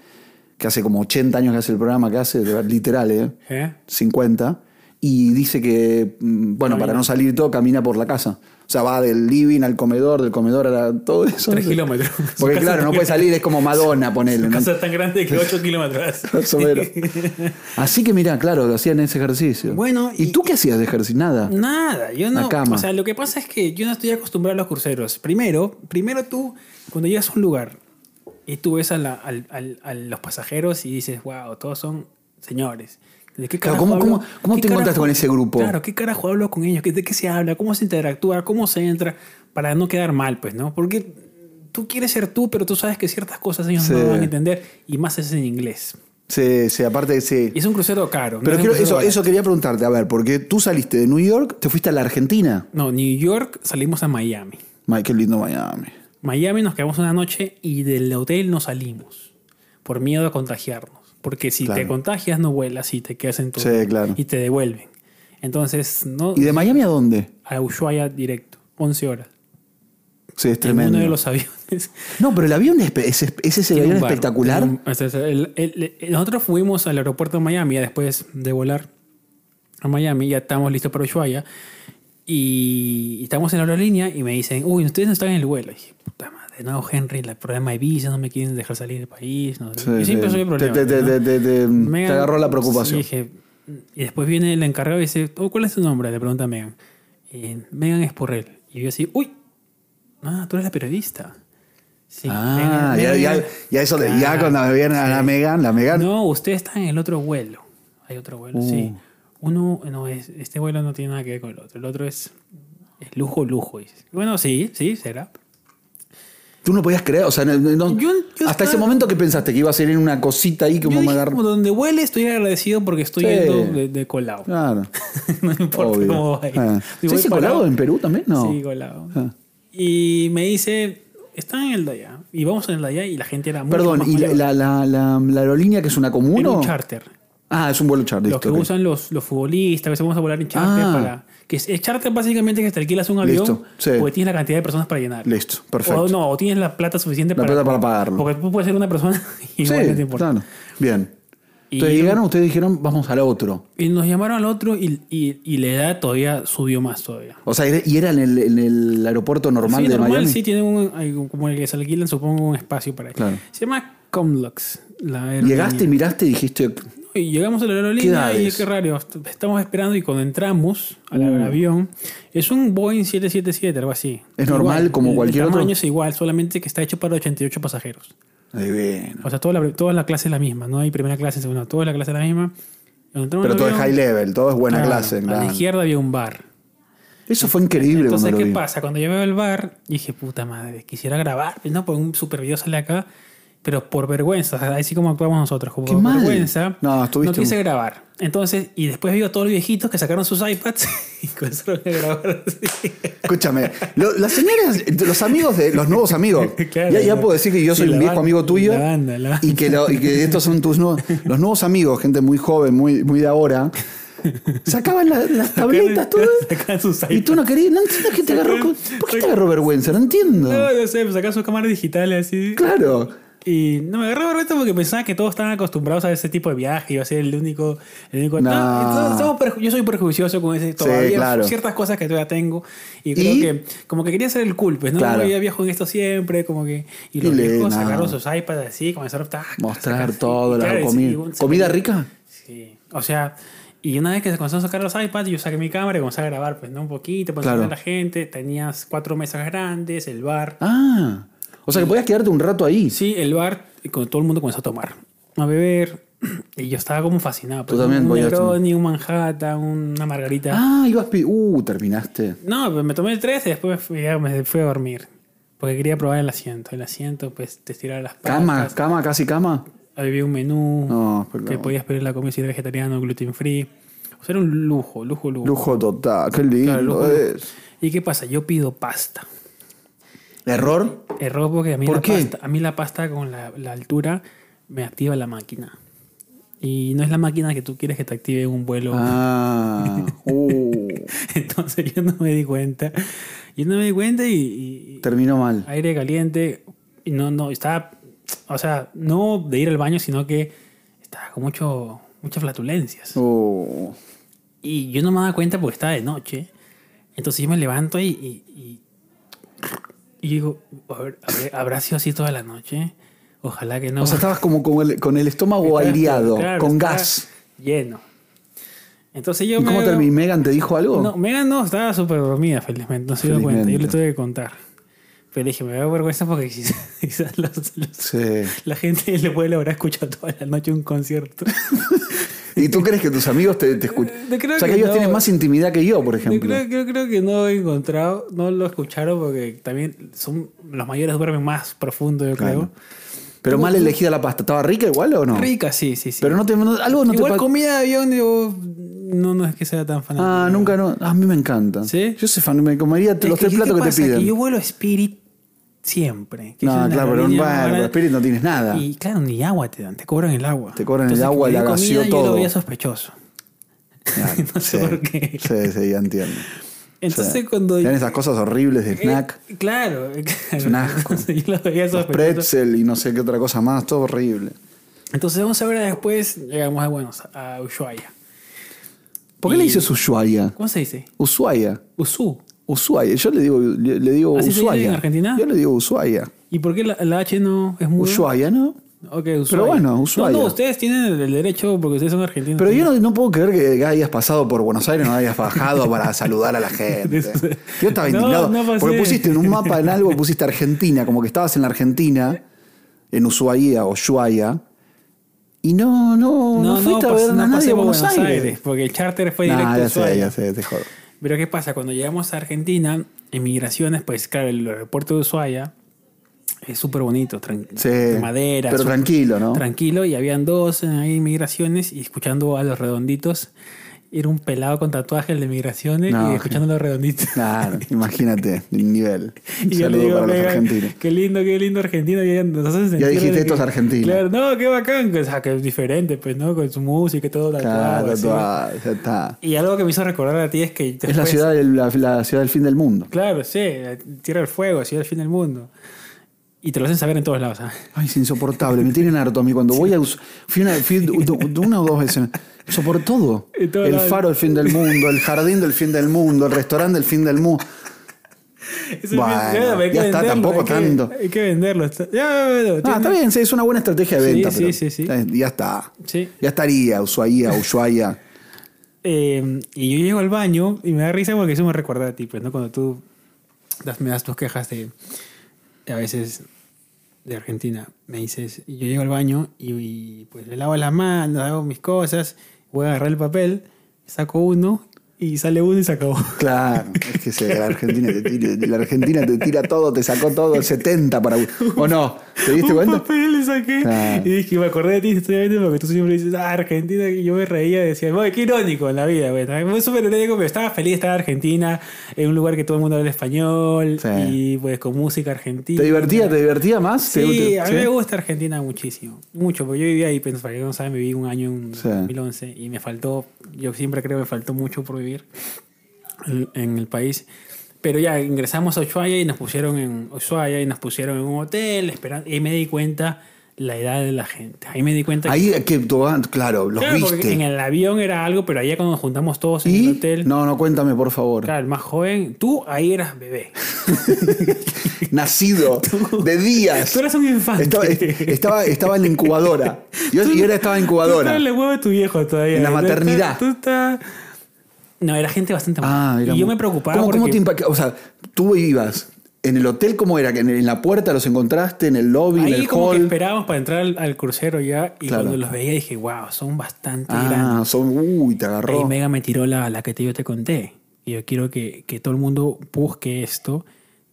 Speaker 2: que hace como 80 años que hace el programa que hace, de- literal, ¿eh?
Speaker 1: ¿eh?
Speaker 2: 50, y dice que, mm, bueno, para
Speaker 1: Camina.
Speaker 2: no salir y todo, camina por la casa. O sea, va del living al comedor, del comedor a la- todo eso.
Speaker 1: Tres kilómetros.
Speaker 2: Porque
Speaker 1: Su casa
Speaker 2: claro, no
Speaker 1: tan
Speaker 2: puede
Speaker 1: grande-
Speaker 2: salir, es como Madonna, ponele.
Speaker 1: Su
Speaker 2: ¿no?
Speaker 1: casa es tan grande que 8 kilómetros.
Speaker 2: Más o menos. Así que mirá, claro, lo hacían ese ejercicio.
Speaker 1: Bueno,
Speaker 2: ¿y,
Speaker 1: y-
Speaker 2: tú qué hacías de ejercicio? Nada.
Speaker 1: Nada, yo no.
Speaker 2: La cama.
Speaker 1: O sea, lo que pasa es que yo no estoy acostumbrado a los cruceros. Primero, primero tú, cuando llegas a un lugar y tú ves a, la- al- al- a los pasajeros y dices, wow, todos son señores. ¿De qué
Speaker 2: Claro,
Speaker 1: carajo
Speaker 2: ¿cómo-
Speaker 1: hablo?
Speaker 2: cómo- cómo
Speaker 1: ¿Qué
Speaker 2: te encontraste con ese grupo?
Speaker 1: Claro, ¿qué carajo hablo con ellos? ¿Qué- ¿De qué se habla? ¿Cómo se interactúa? ¿Cómo se entra? Para no quedar mal, pues, ¿no? Porque tú quieres ser tú, pero tú sabes que ciertas cosas ellos
Speaker 2: Sí.
Speaker 1: no van a entender y más es en inglés.
Speaker 2: Sí, sí, aparte, sí.
Speaker 1: Y es un crucero caro. no
Speaker 2: Pero
Speaker 1: es un
Speaker 2: quiero-
Speaker 1: crucero
Speaker 2: eso,
Speaker 1: barato.
Speaker 2: eso quería preguntarte, a ver, porque tú saliste de New York, te fuiste a la Argentina.
Speaker 1: No, New York salimos a Miami.
Speaker 2: Ay, qué lindo Miami.
Speaker 1: Miami nos quedamos una noche y del hotel no salimos por miedo a contagiarnos. Porque si
Speaker 2: Claro.
Speaker 1: te contagias no vuelas y te quedas en tu
Speaker 2: Sí, claro.
Speaker 1: y te devuelven. Entonces, no
Speaker 2: ¿Y de Miami a dónde?
Speaker 1: a Ushuaia directo, 11 horas.
Speaker 2: Sí, es
Speaker 1: En
Speaker 2: tremendo.
Speaker 1: uno de los aviones.
Speaker 2: No, pero el avión es, es, es ese
Speaker 1: Tiene
Speaker 2: avión
Speaker 1: un bar,
Speaker 2: espectacular.
Speaker 1: tiene un- o sea, el- el- el- nosotros fuimos al aeropuerto de Miami ya después de volar a Miami, ya estamos listos para Ushuaia. Y, y estamos en la aerolínea y me dicen, uy, ustedes no están en el vuelo. Y dije, puta madre, no, Henry, el problema de visa, no me quieren dejar salir del país. No.
Speaker 2: Sí,
Speaker 1: Yo siempre
Speaker 2: sí.
Speaker 1: soy el problema.
Speaker 2: Te, te-
Speaker 1: ¿no?
Speaker 2: te- te- te-
Speaker 1: Megan-
Speaker 2: te agarró la preocupación.
Speaker 1: sí, dije, y después viene el encargado y dice, "Oh, ¿cuál es tu nombre? Le pregunta a Megan. Y, Megan es por él. Y yo así, uy, ah, tú eres la periodista. Sí,
Speaker 2: ah,
Speaker 1: Megan-
Speaker 2: ya,
Speaker 1: Megan-
Speaker 2: ya- ya eso, de- ya
Speaker 1: Claro.
Speaker 2: cuando me vienen a la Megan, la Megan.
Speaker 1: No, usted está en el otro vuelo. Hay otro vuelo,
Speaker 2: Uh.
Speaker 1: sí. Uno, no, es, este vuelo no tiene nada que ver con el otro. El otro es, es lujo, lujo. dice. Bueno, sí, sí, será.
Speaker 2: Tú no podías creer, o sea, no- no-
Speaker 1: Yo- yo
Speaker 2: hasta
Speaker 1: estaba-
Speaker 2: ese momento que pensaste que iba a ser en una cosita ahí como
Speaker 1: Yo
Speaker 2: me
Speaker 1: dije,
Speaker 2: agarró.
Speaker 1: como donde huele estoy agradecido porque estoy
Speaker 2: Sí.
Speaker 1: yendo de, de colado.
Speaker 2: Claro.
Speaker 1: no me importa
Speaker 2: Obvio.
Speaker 1: cómo vaya.
Speaker 2: Ah.
Speaker 1: Si
Speaker 2: ¿Se
Speaker 1: voy
Speaker 2: dice
Speaker 1: parado-
Speaker 2: colado en Perú también? No.
Speaker 1: Sí, colado.
Speaker 2: Ah.
Speaker 1: Y me dice, están en el de allá. Y vamos en el de allá y la gente era muy
Speaker 2: Perdón, ¿y la, la, la- la- la aerolínea que es una común o?
Speaker 1: un charter.
Speaker 2: Ah, es un vuelo charter.
Speaker 1: Los que
Speaker 2: ok.
Speaker 1: usan los, los futbolistas, a veces vamos a volar en charter
Speaker 2: Ah.
Speaker 1: para. Que es, es charter básicamente que te alquilas un avión
Speaker 2: Listo, sí.
Speaker 1: porque tienes la cantidad de personas para llenar.
Speaker 2: Listo, perfecto.
Speaker 1: O no, o tienes la plata suficiente
Speaker 2: La plata para pagarlo.
Speaker 1: Porque tú puedes ser una persona y
Speaker 2: sí,
Speaker 1: igual no te importa.
Speaker 2: claro. Bien. Entonces llegaron, ustedes dijeron, vamos al otro.
Speaker 1: Y nos llamaron al otro y, y- y la edad todavía subió más todavía.
Speaker 2: O sea, y era en el, en el aeropuerto normal
Speaker 1: sí,
Speaker 2: de
Speaker 1: normal,
Speaker 2: Miami.
Speaker 1: sí tiene un, hay un- como el que se alquilan, supongo, un espacio para él.
Speaker 2: Claro.
Speaker 1: Se llama Comlux. la aerolínea.
Speaker 2: Llegaste, miraste y dijiste,
Speaker 1: No, Y llegamos a la aerolínea
Speaker 2: ¿Qué
Speaker 1: y
Speaker 2: edades? Mm.
Speaker 1: qué raro, est- estamos esperando y cuando entramos al avión, es un Boeing 777, algo así.
Speaker 2: ¿Es normal como
Speaker 1: el-
Speaker 2: cualquier
Speaker 1: el
Speaker 2: otro?
Speaker 1: tamaño es igual, solamente que está hecho para 88 pasajeros.
Speaker 2: "Ay, bueno".
Speaker 1: O sea, toda la, toda la clase es la misma, no hay primera clase, segunda, toda la clase es la misma. Cuando entramos
Speaker 2: Pero
Speaker 1: al
Speaker 2: todo es
Speaker 1: avión,
Speaker 2: high level, todo es buena
Speaker 1: claro,
Speaker 2: clase.
Speaker 1: Ah, A
Speaker 2: claro.
Speaker 1: la izquierda había un bar.
Speaker 2: Eso fue increíble cuando
Speaker 1: Entonces,
Speaker 2: lo
Speaker 1: ¿qué
Speaker 2: vi.
Speaker 1: pasa? Cuando yo veo el bar, dije, puta madre, quisiera grabar, ¿no? Por un super video sale acá, pero por vergüenza, o sea, así como actuamos nosotros, como
Speaker 2: Qué
Speaker 1: por
Speaker 2: mal.
Speaker 1: vergüenza,
Speaker 2: No, estuviste
Speaker 1: quise
Speaker 2: un-
Speaker 1: grabar. Entonces, y después veo a todos los viejitos que sacaron sus iPads y comenzaron a grabar así.
Speaker 2: Escúchame, lo- las señoras, los amigos de los nuevos amigos.
Speaker 1: Claro.
Speaker 2: ya, ya puedo decir que yo
Speaker 1: Sí,
Speaker 2: soy
Speaker 1: la
Speaker 2: un viejo
Speaker 1: ban-
Speaker 2: amigo tuyo
Speaker 1: la banda, la
Speaker 2: y que, lo- y que estos son tus nuevos, los nuevos amigos, gente muy joven, muy, muy de ahora. Sacaban la- las tabletas, todo.
Speaker 1: Sacaban sus
Speaker 2: Y tú
Speaker 1: iPads.
Speaker 2: no querías, no entiendo que te agarró. con- ¿Por qué te agarró vergüenza? No entiendo.
Speaker 1: No, no sé, sacaban sus cámaras digitales así.
Speaker 2: Claro.
Speaker 1: Y no me agarraba reto porque pensaba que todos estaban acostumbrados a ese tipo de viaje. Iba a ser el único. El único Ah,
Speaker 2: No.
Speaker 1: entonces somos perju- yo soy prejuicioso con ese. Todavía
Speaker 2: claro.
Speaker 1: ciertas cosas que todavía tengo. Y creo
Speaker 2: ¿Y?
Speaker 1: que. Como que quería ser el culpe. No,
Speaker 2: Claro.
Speaker 1: Como yo viajo en esto siempre. Como que. Y los
Speaker 2: Y le-
Speaker 1: viejos
Speaker 2: no.
Speaker 1: sacaron sus iPads así. Comenzaron a tac,
Speaker 2: Mostrar
Speaker 1: sacar-
Speaker 2: todo,
Speaker 1: y
Speaker 2: la
Speaker 1: claro, y- y
Speaker 2: comida.
Speaker 1: un-
Speaker 2: ¿Comida rica?
Speaker 1: Sí. O sea. Y una vez que se comenzaron a sacar los iPads, yo saqué mi cámara y comencé a grabar, pues, ¿no? Un poquito, para
Speaker 2: Claro.
Speaker 1: enseñar a la gente. Tenías cuatro mesas grandes, el bar.
Speaker 2: Ah. O sea que podías quedarte un rato ahí.
Speaker 1: Sí, el bar, y con- todo el mundo comenzó a tomar, a beber. Y yo estaba como fascinado.
Speaker 2: Tú
Speaker 1: pues,
Speaker 2: también
Speaker 1: un
Speaker 2: podías
Speaker 1: Negroni, un Manhattan, una margarita.
Speaker 2: Ah, ibas. pi- Uh, terminaste.
Speaker 1: No, pero me tomé el 3 y después me fui, ya me fui a dormir. Porque quería probar el asiento. El asiento, pues, te estiraba las
Speaker 2: Cama,
Speaker 1: patas.
Speaker 2: cama, casi cama.
Speaker 1: Había un menú
Speaker 2: No, pero
Speaker 1: que
Speaker 2: no.
Speaker 1: podías pedir la comida si era vegetariano, gluten free. O sea, era un lujo, lujo, lujo.
Speaker 2: Lujo total, qué lindo
Speaker 1: Claro, lujo, lujo.
Speaker 2: es.
Speaker 1: ¿Y qué pasa? Yo pido pasta.
Speaker 2: Error.
Speaker 1: Error porque a mí,
Speaker 2: ¿Por
Speaker 1: la,
Speaker 2: qué?
Speaker 1: Pasta, a mí la pasta con la, la altura me activa la máquina. Y no es la máquina que tú quieres que te active en un vuelo.
Speaker 2: Ah, uh,
Speaker 1: Entonces yo no me di cuenta. Yo no me di cuenta y, y- y
Speaker 2: terminó mal.
Speaker 1: aire caliente. Y no, no, estaba. O sea, no de ir al baño, sino que estaba con mucho, muchas flatulencias.
Speaker 2: Uh,
Speaker 1: Y yo no me daba cuenta porque estaba de noche. Entonces yo me levanto y. y, y- y digo, a ver, ¿habré- ¿habrá sido así toda la noche? Ojalá que no.
Speaker 2: o sea, estabas como con el, con el estómago
Speaker 1: Estaba-
Speaker 2: aireado,
Speaker 1: claro,
Speaker 2: con
Speaker 1: estaba
Speaker 2: gas.
Speaker 1: Lleno. Entonces yo
Speaker 2: ¿Y
Speaker 1: me.
Speaker 2: cómo terminó? ¿Megan te dijo algo?
Speaker 1: No, Megan no, estaba súper dormida, felizmente. No se dio cuenta. Yo le
Speaker 2: Oh. Felizmente.
Speaker 1: tuve que contar. Pero dije, me da vergüenza porque quizás, quizás los- los-
Speaker 2: Sí.
Speaker 1: la gente del pueblo habrá escuchado toda la noche un concierto.
Speaker 2: ¿Y tú crees que tus amigos te, te escuchan?
Speaker 1: Yo creo
Speaker 2: o sea, que,
Speaker 1: que
Speaker 2: ellos
Speaker 1: no.
Speaker 2: tienen más intimidad que yo, por
Speaker 1: Yo
Speaker 2: ejemplo.
Speaker 1: creo, yo creo que no he encontrado, no lo escucharon porque también son los mayores duermen más profundo, yo creo.
Speaker 2: Claro. Pero mal elegida la pasta. ¿Estaba rica igual o no?
Speaker 1: Rica, sí, sí, sí.
Speaker 2: Pero no te, no- algo no
Speaker 1: Igual
Speaker 2: te pa-
Speaker 1: comida de avión, digo, no, no es que sea tan fanático.
Speaker 2: Ah, nunca no. A mí me encanta.
Speaker 1: ¿Sí?
Speaker 2: Yo soy fan, me comería
Speaker 1: Es
Speaker 2: los tres
Speaker 1: ¿qué
Speaker 2: platos que te
Speaker 1: pasa?
Speaker 2: piden.
Speaker 1: Que yo vuelo Spirit siempre. que es
Speaker 2: No,
Speaker 1: una
Speaker 2: claro, pero un
Speaker 1: aerolínea
Speaker 2: bar,
Speaker 1: barata.
Speaker 2: Spirit no tienes nada.
Speaker 1: Y claro, ni agua te dan, te cobran el agua.
Speaker 2: Te cobran el agua,
Speaker 1: que me
Speaker 2: la
Speaker 1: den
Speaker 2: gaseó
Speaker 1: comida, Yo
Speaker 2: todo.
Speaker 1: lo veía sospechoso.
Speaker 2: Claro,
Speaker 1: No sé
Speaker 2: sí.
Speaker 1: por qué.
Speaker 2: Sí, sí, ya entiendo.
Speaker 1: Entonces
Speaker 2: Sí.
Speaker 1: cuando...
Speaker 2: Tienen esas cosas horribles de
Speaker 1: eh,
Speaker 2: snack,
Speaker 1: claro, es
Speaker 2: un asco.
Speaker 1: Yo lo veía
Speaker 2: los
Speaker 1: sospechoso.
Speaker 2: pretzel y no sé qué otra cosa más, todo horrible.
Speaker 1: Entonces, once horas después, llegamos a Buenos a Ushuaia.
Speaker 2: ¿Por qué
Speaker 1: Y-
Speaker 2: le dices Ushuaia?
Speaker 1: ¿Cómo se dice?
Speaker 2: Ushuaia.
Speaker 1: Usú.
Speaker 2: Ushuaia. Yo le digo, le, le digo
Speaker 1: ¿Así se dice
Speaker 2: Ushuaia.
Speaker 1: en Argentina?
Speaker 2: Yo le digo Ushuaia.
Speaker 1: ¿Y por qué la, la H no es muy?
Speaker 2: Ushuaia, ¿no?
Speaker 1: Ok, Ushuaia.
Speaker 2: bueno, Ushuaia.
Speaker 1: No, no, ustedes tienen el derecho porque ustedes son argentinos.
Speaker 2: Pero yo no, no puedo creer que hayas pasado por Buenos Aires, no hayas bajado para saludar a la gente. Yo estaba
Speaker 1: No,
Speaker 2: indignado.
Speaker 1: no pasé.
Speaker 2: porque pusiste en un mapa, en algo, pusiste Argentina, como que estabas en la Argentina, en Ushuaia o Ushuaia, y no, no, no, fuiste a
Speaker 1: pas-
Speaker 2: ver a
Speaker 1: no
Speaker 2: nadie
Speaker 1: pasé
Speaker 2: de
Speaker 1: por
Speaker 2: Buenos Aires.
Speaker 1: Porque el charter fue directo
Speaker 2: Nah,
Speaker 1: a
Speaker 2: ya sé,
Speaker 1: Ushuaia.
Speaker 2: ya sé, te jodo.
Speaker 1: Pero ¿qué pasa? Cuando llegamos a Argentina, en migraciones, pues claro, el aeropuerto de Ushuaia es súper bonito, tran-
Speaker 2: Sí,
Speaker 1: de madera.
Speaker 2: pero
Speaker 1: súper-
Speaker 2: tranquilo, ¿no?
Speaker 1: Tranquilo, y habían dos eh, ahí en migraciones, y escuchando a los redonditos, era un pelado con tatuaje el de migraciones,
Speaker 2: No,
Speaker 1: y escuchando a los redonditos.
Speaker 2: Claro, imagínate el nivel. Un
Speaker 1: Y yo le
Speaker 2: saludo
Speaker 1: digo,
Speaker 2: para los
Speaker 1: "Venga,
Speaker 2: argentinos.
Speaker 1: qué lindo, qué lindo Argentina. que nos hacen sentir
Speaker 2: dijiste,
Speaker 1: de
Speaker 2: "Estos
Speaker 1: que-
Speaker 2: argentinos".
Speaker 1: Claro, no, qué bacán. O sea, que es diferente, pues, ¿no? Con su música y todo tatuado.
Speaker 2: Claro,
Speaker 1: así.
Speaker 2: tatuado, ya está.
Speaker 1: Y algo que me hizo recordar a ti es que...
Speaker 2: Es la
Speaker 1: después-
Speaker 2: ciudad, del, la- la ciudad del fin del mundo.
Speaker 1: eh, Claro, sí, la Tierra del Fuego, así al fin del mundo. Y te lo hacen saber en todos lados. ¿ah?
Speaker 2: Ay, es insoportable. Me tienen harto a mí cuando voy a. us- Fui una, fui do- do- una o dos veces. Por todo.
Speaker 1: En todos
Speaker 2: El
Speaker 1: lados.
Speaker 2: faro del fin del mundo, el jardín del fin del mundo, el restaurante del fin del mundo.
Speaker 1: Eso es
Speaker 2: Bueno,
Speaker 1: bien- claro, hay
Speaker 2: ya
Speaker 1: que
Speaker 2: está,
Speaker 1: venderlo,
Speaker 2: tampoco
Speaker 1: hay que-
Speaker 2: tanto.
Speaker 1: Hay que venderlo. está- ya, bueno,
Speaker 2: Ah,
Speaker 1: tiene-
Speaker 2: está bien, sí, es una buena estrategia de
Speaker 1: Sí,
Speaker 2: venta.
Speaker 1: sí,
Speaker 2: pero-
Speaker 1: sí, sí.
Speaker 2: está bien, Ya está.
Speaker 1: Sí.
Speaker 2: Ya estaría, Ushuaia, Ushuaia.
Speaker 1: Eh, y yo llego al baño y me da risa porque eso me recuerda a ti, pues, ¿no? Cuando tú das, me das tus quejas de, a veces de Argentina, me dices, y yo llego al baño y, y, pues le lavo las manos, hago mis cosas, voy a agarrar el papel, saco uno y sale uno y se acabó.
Speaker 2: Claro, es que se- la, Argentina te tira, la Argentina te tira todo, te sacó todo, el 70 para. ¿O no? ¿Te diste
Speaker 1: Un
Speaker 2: cuenta?
Speaker 1: papel le saqué
Speaker 2: Ah.
Speaker 1: y dije, me acordé de ti estoy porque tú siempre dices, ah, Argentina, y yo me reía y decía, "Oye, qué irónico en la vida, güey. Fue súper irónico, pero estaba feliz de estar en Argentina, en un lugar que todo el mundo habla español
Speaker 2: Sí.
Speaker 1: y pues con música argentina.
Speaker 2: ¿Te divertía? ¿Te divertía más? ¿Te-
Speaker 1: Sí,
Speaker 2: te-
Speaker 1: a mí me gusta Argentina muchísimo, mucho, porque yo vivía ahí, pues, para que no saben, viví un año en
Speaker 2: Sí.
Speaker 1: 2011 y me faltó, yo siempre creo que me faltó mucho por vivir en, en el país. Pero ya ingresamos a Ushuaia y nos pusieron en Ushuaia y nos pusieron en un hotel, esperando, y ahí me di cuenta la edad de la gente. Ahí me di cuenta que-
Speaker 2: Ahí, que, tú- ah, claro, los
Speaker 1: Claro, porque
Speaker 2: viste.
Speaker 1: en el avión era algo, pero allá cuando nos juntamos todos en
Speaker 2: ¿Y?
Speaker 1: el hotel,
Speaker 2: No, no, cuéntame, por favor.
Speaker 1: claro, el más joven, tú ahí eras bebé.
Speaker 2: Nacido de días.
Speaker 1: Tú eras un infante.
Speaker 2: Estaba, estaba, estaba en la incubadora. Yo,
Speaker 1: Tú-
Speaker 2: yo era, estaba en incubadora.
Speaker 1: Tú estás en el huevo de tu viejo todavía.
Speaker 2: En la
Speaker 1: Tú estás-
Speaker 2: maternidad.
Speaker 1: Tú estás... No, era gente bastante
Speaker 2: Ah,
Speaker 1: mala.
Speaker 2: era
Speaker 1: y yo
Speaker 2: muy-
Speaker 1: me preocupaba
Speaker 2: ¿Cómo, cómo
Speaker 1: porque-
Speaker 2: te impacta? O sea, tú ibas en el hotel, ¿cómo era? ¿Que ¿En, en la puerta los encontraste? ¿En el lobby? ¿En
Speaker 1: Ahí
Speaker 2: el
Speaker 1: como que
Speaker 2: hall?
Speaker 1: esperábamos para entrar al, al crucero ya. Y
Speaker 2: Claro.
Speaker 1: cuando los veía dije, wow, son bastante grandes.
Speaker 2: ah, son. Uy, te
Speaker 1: Ahí
Speaker 2: agarró.
Speaker 1: Mega me tiró la, la que te, yo te conté. Y yo quiero que, que todo el mundo busque esto,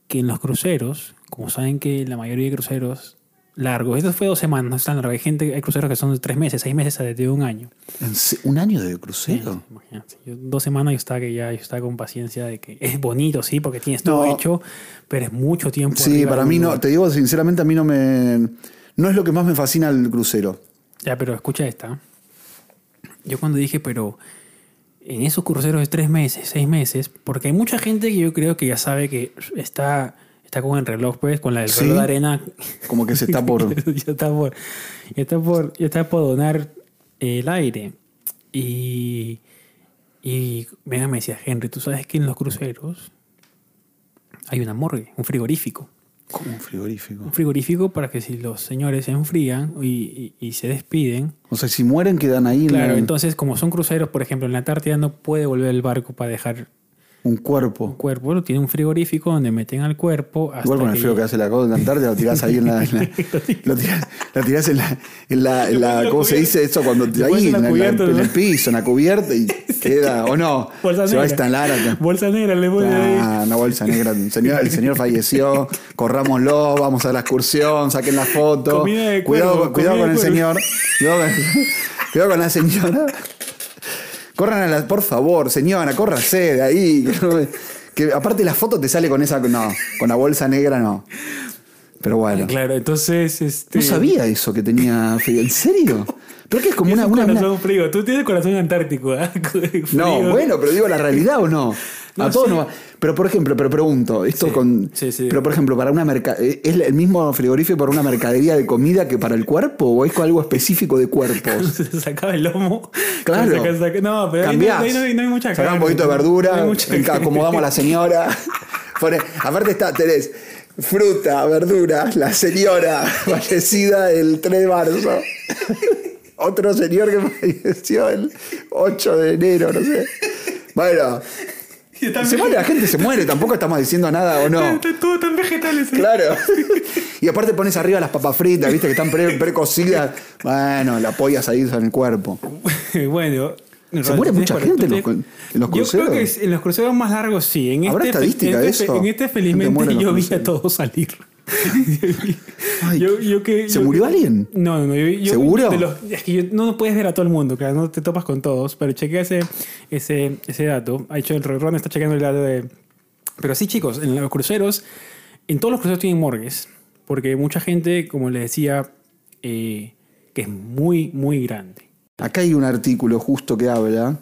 Speaker 1: que en los cruceros, como saben que la mayoría de cruceros largos, esto fue dos semanas, no es tan largo. Hay, gente, hay cruceros que son de tres meses, seis meses, hasta de un año.
Speaker 2: ¿En se- ¿Un año de crucero?
Speaker 1: Imagínate, yo dos semanas yo estaba que ya yo estaba con paciencia de que es bonito, sí, porque tienes todo
Speaker 2: No.
Speaker 1: hecho, pero es mucho tiempo.
Speaker 2: Sí,
Speaker 1: arriba
Speaker 2: para
Speaker 1: de un
Speaker 2: mí no.
Speaker 1: lugar.
Speaker 2: Te digo sinceramente, a mí no me. No es lo que más me fascina el crucero.
Speaker 1: Ya, pero escucha esta. Yo cuando dije, pero en esos cruceros de tres meses, seis meses, porque hay mucha gente que yo creo que ya sabe que está, está con el reloj, pues, con la del
Speaker 2: Sí.
Speaker 1: reloj de arena.
Speaker 2: Como que se está por.
Speaker 1: ya está por, ya está por, ya está por donar el aire. Y, y venga, me decía, Henry, tú sabes que en los cruceros hay una morgue, un frigorífico
Speaker 2: Como un frigorífico.
Speaker 1: un frigorífico para que si los señores se enfrían y, y- y se despiden.
Speaker 2: O sea, si mueren, quedan ahí en
Speaker 1: Claro,
Speaker 2: la-
Speaker 1: entonces como son cruceros, por ejemplo, en la Antártida no puede volver el barco para dejar
Speaker 2: un
Speaker 1: un
Speaker 2: cuerpo.
Speaker 1: cuerpo, lo tiene un frigorífico donde meten al cuerpo hasta
Speaker 2: Igual con el
Speaker 1: que-
Speaker 2: frío que hace la cosa de la Antártida, lo tirás ahí en la. en la- lo tirás, lo tirás en la. en la- en la-
Speaker 1: pones la
Speaker 2: ¿Cómo se
Speaker 1: cubierta.
Speaker 2: dice eso? Cuando
Speaker 1: Te pones
Speaker 2: ahí,
Speaker 1: en
Speaker 2: en,
Speaker 1: la
Speaker 2: la-
Speaker 1: cubierta,
Speaker 2: en
Speaker 1: ¿no? Pues
Speaker 2: el piso, en la cubierta y queda. ¿O no?
Speaker 1: Bolsa
Speaker 2: se va
Speaker 1: negra.
Speaker 2: a instalar acá.
Speaker 1: Bolsa negra le pone ahí.
Speaker 2: Ah, una bolsa negra. El señor, el señor falleció. Corrámoslo, vamos a la excursión, saquen la foto.
Speaker 1: Comida de
Speaker 2: cuidado
Speaker 1: cuervo,
Speaker 2: cuidado
Speaker 1: comida
Speaker 2: con el
Speaker 1: de
Speaker 2: señor. Cuidado con, cuidado con la señora. Corran a la. Por favor, señora, córrase de ahí. Que, no- que aparte la foto te sale con esa. No, con la bolsa negra no. Pero bueno.
Speaker 1: Claro, entonces este
Speaker 2: No sabía eso que tenía. frío. ¿En serio? Pero que es como
Speaker 1: tienes
Speaker 2: una.
Speaker 1: un
Speaker 2: una- una-
Speaker 1: corazón frío. Tú tienes corazón antártico, ¿ah? Frío.
Speaker 2: no, bueno, pero digo la realidad o no. A
Speaker 1: No,
Speaker 2: todos
Speaker 1: sí.
Speaker 2: nos va- Pero por ejemplo, pero pregunto, esto
Speaker 1: Sí,
Speaker 2: con.
Speaker 1: sí, sí.
Speaker 2: Pero por ejemplo, para una merca ¿es el mismo frigorífico para una mercadería de comida que para el cuerpo? ¿O es algo específico de cuerpos?
Speaker 1: Se sacaba el lomo.
Speaker 2: Claro.
Speaker 1: Se saca- saca- no, pero ahí no,
Speaker 2: Cambiás.
Speaker 1: ahí no hay- no hay mucha
Speaker 2: Sacás un
Speaker 1: carne.
Speaker 2: poquito de
Speaker 1: No
Speaker 2: verdura,
Speaker 1: hay mucha
Speaker 2: enca-
Speaker 1: carne.
Speaker 2: acomodamos a la señora. Pone- aparte está, tenés fruta, verdura, la señora fallecida el 3 de marzo. Otro señor que falleció el 8 de enero, no sé. Bueno,
Speaker 1: Y están-
Speaker 2: Se muere, la gente se muere, tampoco estamos diciendo nada o no.
Speaker 1: Están todos tan vegetales. ahí.
Speaker 2: Claro. Y aparte pones arriba las papas fritas, viste, que están pre- precocidas. Bueno, la apoyas ahí en el cuerpo.
Speaker 1: bueno. Ronald,
Speaker 2: muere
Speaker 1: ¿tienes
Speaker 2: mucha
Speaker 1: por-
Speaker 2: gente
Speaker 1: tú
Speaker 2: en los
Speaker 1: tienes-
Speaker 2: cru- en los
Speaker 1: Yo
Speaker 2: cruceros?
Speaker 1: creo que en los cruceros más largos sí. En
Speaker 2: ¿Habrá
Speaker 1: este,
Speaker 2: estadística
Speaker 1: en
Speaker 2: de
Speaker 1: este-
Speaker 2: eso?
Speaker 1: En este
Speaker 2: Gente muere
Speaker 1: felizmente
Speaker 2: en los
Speaker 1: yo vi a
Speaker 2: cruceros.
Speaker 1: todos salir.
Speaker 2: Ay,
Speaker 1: yo, yo que,
Speaker 2: ¿Se
Speaker 1: yo-
Speaker 2: murió alguien?
Speaker 1: No, no, no. yo- yo-
Speaker 2: ¿Seguro?
Speaker 1: de los- es que yo- no puedes ver a todo el mundo, claro, no te topas con todos, pero chequea ese, ese, ese dato. Ha hecho el Ron, está chequeando el dato de. Pero sí, chicos, en los cruceros, en todos los cruceros tienen morgues, porque mucha gente, como les decía, eh, que es muy, muy grande.
Speaker 2: Acá hay un artículo justo que habla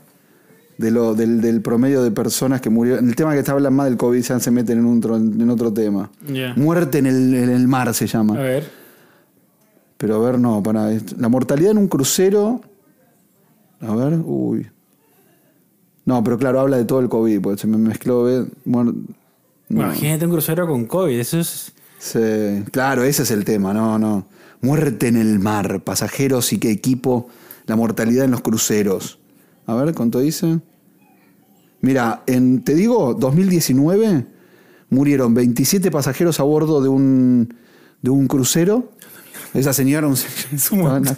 Speaker 2: de lo, del, del promedio de personas que murió. En el tema que está hablando más del COVID, ya se meten en, un tro- en otro tema.
Speaker 1: Ya.
Speaker 2: Muerte en el, en el mar se llama.
Speaker 1: A ver.
Speaker 2: Pero a ver, no, para La mortalidad en un crucero. A ver, uy. No, pero claro, habla de todo el COVID, porque se me mezcló. ¿ves? Muer- no.
Speaker 1: Bueno, imagínate un crucero con COVID. Eso es.
Speaker 2: Sí, Claro, ese es el tema, no, no. Muerte en el mar, pasajeros y qué equipo, la mortalidad en los cruceros. A ver, ¿cuánto dice? Mira, en, te digo, 2019 murieron 27 pasajeros a bordo de un, de un crucero. Esa señora un-
Speaker 1: montón.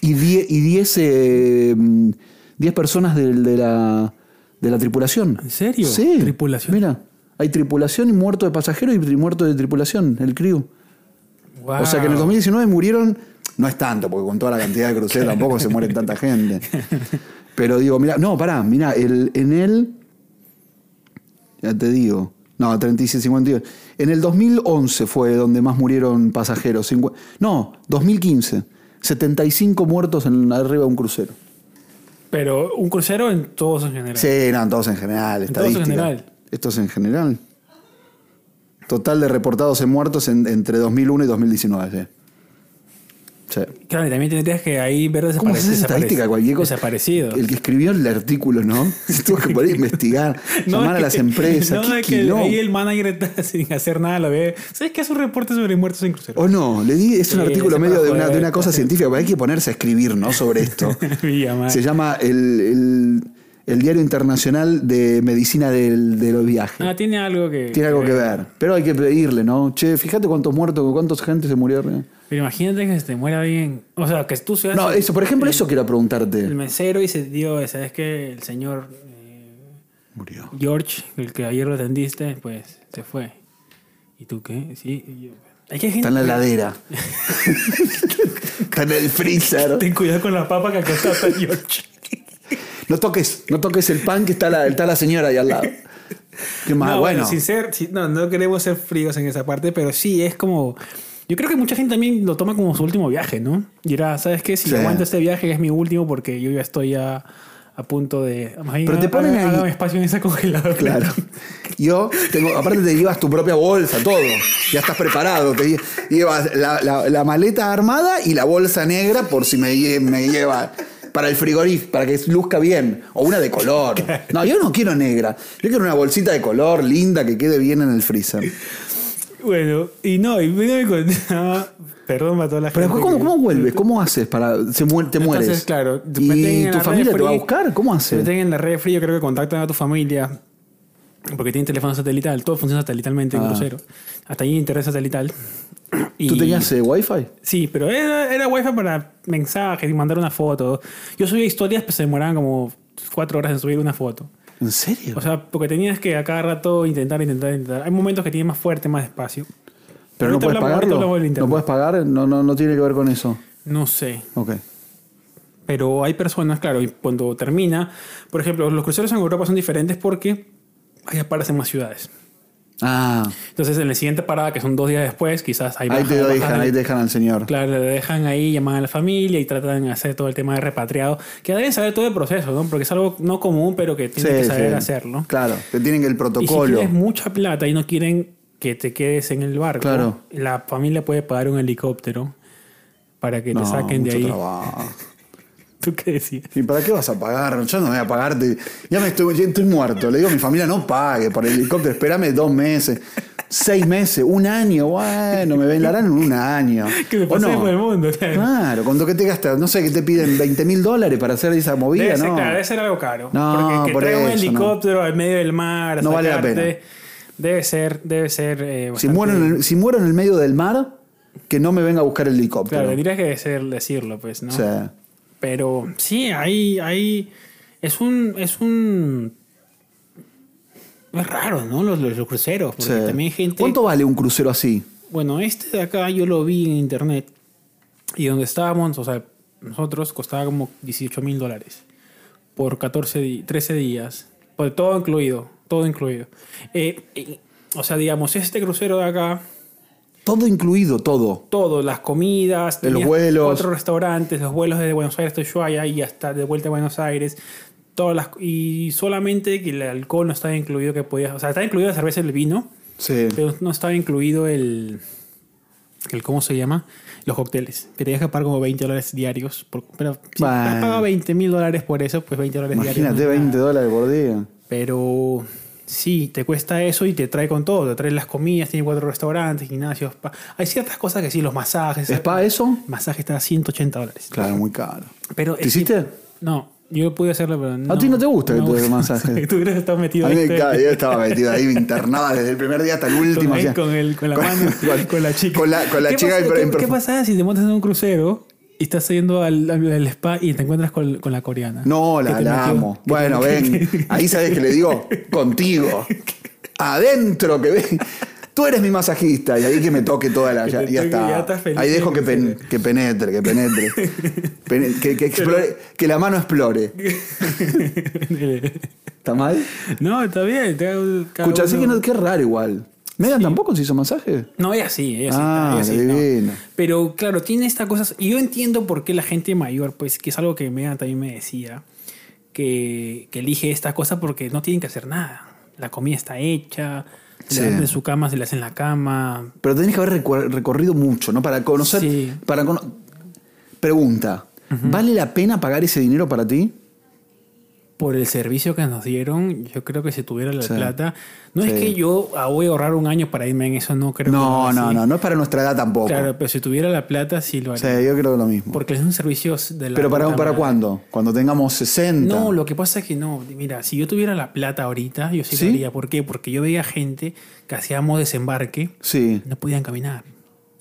Speaker 2: y 10 y diez, eh, mm, diez personas del- de, la, de la tripulación.
Speaker 1: ¿En serio?
Speaker 2: Sí.
Speaker 1: ¿Tripulación?
Speaker 2: Mira, hay tripulación y muerto de pasajeros y tri- muerto de tripulación, el crew.
Speaker 1: Wow.
Speaker 2: O sea que en el 2019 murieron, no es tanto, porque con toda la cantidad de cruceros tampoco se muere tanta gente. Pero digo, mira, no, pará, mira, el, en el. Ya te digo. No, 36, 52. En el 2011 fue donde más murieron pasajeros. cincu- no, 2015. 75 muertos en, arriba de un crucero.
Speaker 1: Pero un crucero en todos en general.
Speaker 2: Sí, no, todos en general,
Speaker 1: todos en
Speaker 2: estadística.
Speaker 1: general.
Speaker 2: Esto es en general. Total de reportados en muertos en- entre 2001 y 2019. Sí. Sí.
Speaker 1: Claro, y también tendrías que ahí ver desapare-
Speaker 2: ¿Cómo haces
Speaker 1: desapare-
Speaker 2: estadística? Cualquier cosa.
Speaker 1: Desaparecido.
Speaker 2: El que escribió el artículo, ¿no? Se tuvo que poner a investigar, llamar
Speaker 1: es
Speaker 2: a las
Speaker 1: que-
Speaker 2: empresas.
Speaker 1: No,
Speaker 2: ¿Qué
Speaker 1: es que
Speaker 2: quilombo?
Speaker 1: ahí el manager está sin hacer nada, lo ve. ¿Sabes qué hace un reporte sobre muertos en crucero?
Speaker 2: O no, le di, es un
Speaker 1: Sí,
Speaker 2: artículo
Speaker 1: ese
Speaker 2: medio
Speaker 1: para
Speaker 2: de una, de
Speaker 1: joder.
Speaker 2: una cosa científica, pero hay que ponerse a escribir, ¿no? Sobre esto.
Speaker 1: Villa, madre.
Speaker 2: Se llama el, el- el Diario Internacional de Medicina del- de los Viajes.
Speaker 1: Ah, tiene algo que.
Speaker 2: Tiene algo que ver. Pero hay que pedirle, ¿no? Che, fíjate cuántos muertos, cuántos gente se murió. ¿eh?
Speaker 1: Pero imagínate que se te muera alguien. O sea, que tú seas
Speaker 2: No, eso, por ejemplo, eso quiero
Speaker 1: el
Speaker 2: preguntarte.
Speaker 1: mesero y se dio, ¿sabes que El señor eh,
Speaker 2: Murió.
Speaker 1: George, el que ayer lo atendiste, pues se fue. ¿Y tú qué? Sí. y yo- Hay que gente.
Speaker 2: Está en la heladera. Está en el freezer.
Speaker 1: Ten cuidado con la papa que acostó está George.
Speaker 2: No toques, no toques el pan que está la, está la señora ahí al lado. Qué más,
Speaker 1: no,
Speaker 2: bueno.
Speaker 1: sin ser, sí, no, no queremos ser fríos en esa parte, pero sí es como. Yo creo que mucha gente también lo toma como su último viaje, ¿no? Dirá, ¿sabes qué? Si
Speaker 2: Sí.
Speaker 1: aguanto este viaje es mi último porque yo ya estoy a, a punto de. más bien,
Speaker 2: Pero te
Speaker 1: haga-
Speaker 2: ponen ahí-
Speaker 1: hágame espacio en esa congeladora.
Speaker 2: Claro. Yo tengo, aparte te llevas tu propia bolsa, todo. Ya estás preparado. Te lle- llevas la, la- la maleta armada y la bolsa negra por si me, lle- me lleva para el frigorífico, para que luzca bien. O una de color. No, yo no quiero negra. Yo quiero una bolsita de color linda que quede bien en el freezer.
Speaker 1: Bueno, y no, y vino me contaba. Perdón para toda la
Speaker 2: Pero
Speaker 1: gente.
Speaker 2: ¿cómo,
Speaker 1: que-
Speaker 2: cómo vuelves? ¿Cómo haces para se muer- te mueres?
Speaker 1: Entonces, claro, te meten
Speaker 2: ¿Y
Speaker 1: en
Speaker 2: tu
Speaker 1: la
Speaker 2: familia te va a
Speaker 1: refri,
Speaker 2: buscar? ¿Cómo
Speaker 1: Se
Speaker 2: haces?
Speaker 1: meten en la red fría, yo creo que contactan a tu familia. Porque tienen teléfono satelital, todo funciona satelitalmente en
Speaker 2: Ah.
Speaker 1: crucero. Hasta ahí interés satelital. Y-
Speaker 2: ¿Tú tenías eh, wifi?
Speaker 1: Sí, pero era, era wifi para mensajes y mandar una foto. Yo subía historias, pues se demoraban como cuatro horas en subir una foto.
Speaker 2: ¿En serio?
Speaker 1: O sea, porque tenías que a cada rato intentar, intentar, intentar. Hay momentos que tienes más fuerte, más despacio.
Speaker 2: ¿Pero no
Speaker 1: Ahorita hablamos-
Speaker 2: puedes
Speaker 1: ahorita
Speaker 2: pagarlo?
Speaker 1: hablamos del
Speaker 2: ¿No
Speaker 1: internet.
Speaker 2: puedes pagar? No, no, no tiene que ver con eso.
Speaker 1: No sé.
Speaker 2: Ok.
Speaker 1: Pero hay personas, claro, y cuando termina, por ejemplo, los cruceros en Europa son diferentes porque hay paras en más ciudades.
Speaker 2: Ah,
Speaker 1: Entonces, en la siguiente parada, que son dos días después, quizás hay
Speaker 2: ahí te lo dejan, ahí te dejan al señor.
Speaker 1: Claro, le dejan ahí, llaman a la familia y tratan de hacer todo el tema de repatriado. Que deben saber todo el proceso, ¿no? Porque es algo no común, pero que tienen que
Speaker 2: Sí,
Speaker 1: saber
Speaker 2: sí.
Speaker 1: hacerlo.
Speaker 2: Claro, te tienen el
Speaker 1: Y si
Speaker 2: protocolo.
Speaker 1: tienes mucha plata y no quieren que te quedes en el barco,
Speaker 2: Claro.
Speaker 1: la familia puede pagar un helicóptero para que
Speaker 2: No,
Speaker 1: te saquen de
Speaker 2: mucho
Speaker 1: ahí.
Speaker 2: trabajo.
Speaker 1: ¿Tú qué decías?
Speaker 2: ¿Y para qué vas a pagar? Yo no voy a pagarte. Ya me estoy, ya estoy muerto. Le digo a mi familia, no pague por el helicóptero. Espérame dos meses, seis meses, un año. Bueno, me velarán en un año.
Speaker 1: Que me
Speaker 2: ¿O
Speaker 1: pasé
Speaker 2: no?
Speaker 1: por el mundo. claro.
Speaker 2: Claro, cuando que te gastas, no sé, que te piden 20 mil dólares para hacer esa movida,
Speaker 1: Debe ser,
Speaker 2: ¿no.
Speaker 1: claro, debe ser algo caro.
Speaker 2: No,
Speaker 1: porque que
Speaker 2: por
Speaker 1: traiga un
Speaker 2: eso, no.
Speaker 1: helicóptero al medio del mar. a
Speaker 2: No vale la pena.
Speaker 1: Debe ser, debe ser. eh,
Speaker 2: si,
Speaker 1: bastante-
Speaker 2: muero en el, si muero en el medio del mar, que no me venga a buscar el helicóptero.
Speaker 1: Claro, tendrías que ser- decirlo, pues, ¿no?
Speaker 2: O sea,
Speaker 1: Pero sí, ahí, ahí es un, es un, es raro, ¿no? Los, los, los cruceros, porque
Speaker 2: sí.
Speaker 1: también hay gente.
Speaker 2: ¿Cuánto vale un crucero así?
Speaker 1: Bueno, este de acá yo lo vi en internet y donde estábamos, o sea, nosotros costaba como 18 mil dólares por 14, di- 13 días, por todo incluido, todo incluido. Eh, eh, o sea, digamos, este crucero de acá,
Speaker 2: Todo incluido, todo.
Speaker 1: todo, las comidas,
Speaker 2: Los
Speaker 1: tenías
Speaker 2: vuelos.
Speaker 1: cuatro restaurantes, los vuelos desde Buenos Aires a Ushuaia y hasta de vuelta a Buenos Aires, todas las y solamente que el alcohol no estaba incluido que podías, o sea, estaba incluido la cerveza y el vino,
Speaker 2: Sí.
Speaker 1: pero no estaba incluido el el cómo se llama, los cócteles. Que tenías que pagar como 20 dólares diarios por- pero si
Speaker 2: Bueno.
Speaker 1: has pagado 20 mil dólares por eso, pues 20 dólares diarios. no
Speaker 2: Imagínate,
Speaker 1: es
Speaker 2: 20
Speaker 1: nada.
Speaker 2: dólares por día.
Speaker 1: Pero sí, te cuesta eso y te trae con todo. Te trae las comidas, tiene cuatro restaurantes, gimnasios, spa. Hay ciertas cosas que sí, los masajes.
Speaker 2: ¿Spa eso?
Speaker 1: El masaje está a 180 dólares.
Speaker 2: Claro, muy caro.
Speaker 1: Pero
Speaker 2: ¿Te
Speaker 1: es
Speaker 2: hiciste?
Speaker 1: que- no, yo pude hacerlo, pero no.
Speaker 2: ti no te gusta que te den masaje?
Speaker 1: Tú hubieras estado metido
Speaker 2: A mí
Speaker 1: ahí,
Speaker 2: me
Speaker 1: te-
Speaker 2: cae, yo estaba metido ahí, me internaba desde el primer día hasta el último.
Speaker 1: este- con,
Speaker 2: hacía-
Speaker 1: el, con, el- con la mano, con, la chica.
Speaker 2: Con la, con la
Speaker 1: ¿Qué
Speaker 2: chica
Speaker 1: pasa-
Speaker 2: en-
Speaker 1: ¿qué,
Speaker 2: en-
Speaker 1: qué pasa si te montas en un crucero y estás yendo al, al- al spa y te encuentras con, con la coreana?
Speaker 2: No, la,
Speaker 1: Que te
Speaker 2: la
Speaker 1: metió-
Speaker 2: amo.
Speaker 1: que te-
Speaker 2: Bueno, ven. Ahí sabes que le digo, contigo. Adentro que ven. Tú eres mi masajista y ahí que me toque toda la.
Speaker 1: Que
Speaker 2: Ya,
Speaker 1: te
Speaker 2: ya
Speaker 1: toque,
Speaker 2: está.
Speaker 1: ya estás feliz,
Speaker 2: ahí dejo que, pen-
Speaker 1: inclusive.
Speaker 2: que penetre, que penetre. Pene- que, que explore, que la mano explore. ¿Está mal?
Speaker 1: no, está bien. te hago- cada
Speaker 2: Escucha, así
Speaker 1: uno-
Speaker 2: que no, qué raro igual. ¿Megan tampoco se hizo masaje?
Speaker 1: No, ella sí, ella sí.
Speaker 2: Ah,
Speaker 1: ella sí, no.
Speaker 2: divino.
Speaker 1: Pero claro, tiene estas cosas. Y yo entiendo por qué la gente mayor, pues, que es algo que Megan también me decía, que, que elige esta cosa porque no tienen que hacer nada. La comida está hecha, se
Speaker 2: Sí.
Speaker 1: la hacen en su cama, se la hacen en la cama.
Speaker 2: Pero tenés que haber recu- recorrido mucho, ¿no? Para conocer.
Speaker 1: Sí.
Speaker 2: Para cono- Pregunta: ¿vale la pena pagar ese dinero para ti?
Speaker 1: Por el servicio que nos dieron, yo creo que si tuviera la
Speaker 2: Sí.
Speaker 1: plata. No es
Speaker 2: Sí.
Speaker 1: que yo ah, voy a ahorrar un año para irme en eso, no creo
Speaker 2: No,
Speaker 1: que
Speaker 2: no, no, no es para nuestra edad tampoco.
Speaker 1: Claro, pero si tuviera la plata, sí lo
Speaker 2: O
Speaker 1: haría.
Speaker 2: sea, yo creo lo mismo.
Speaker 1: Porque es un servicio de la.
Speaker 2: Pero para,
Speaker 1: puta
Speaker 2: para
Speaker 1: madre.
Speaker 2: cuándo? Cuando tengamos 60.
Speaker 1: No, lo que pasa es que no. Mira, si yo tuviera la plata ahorita, yo sí,
Speaker 2: ¿Sí?
Speaker 1: lo haría. ¿Por qué? Porque yo veía gente que hacíamos desembarque,
Speaker 2: Sí.
Speaker 1: no podían caminar.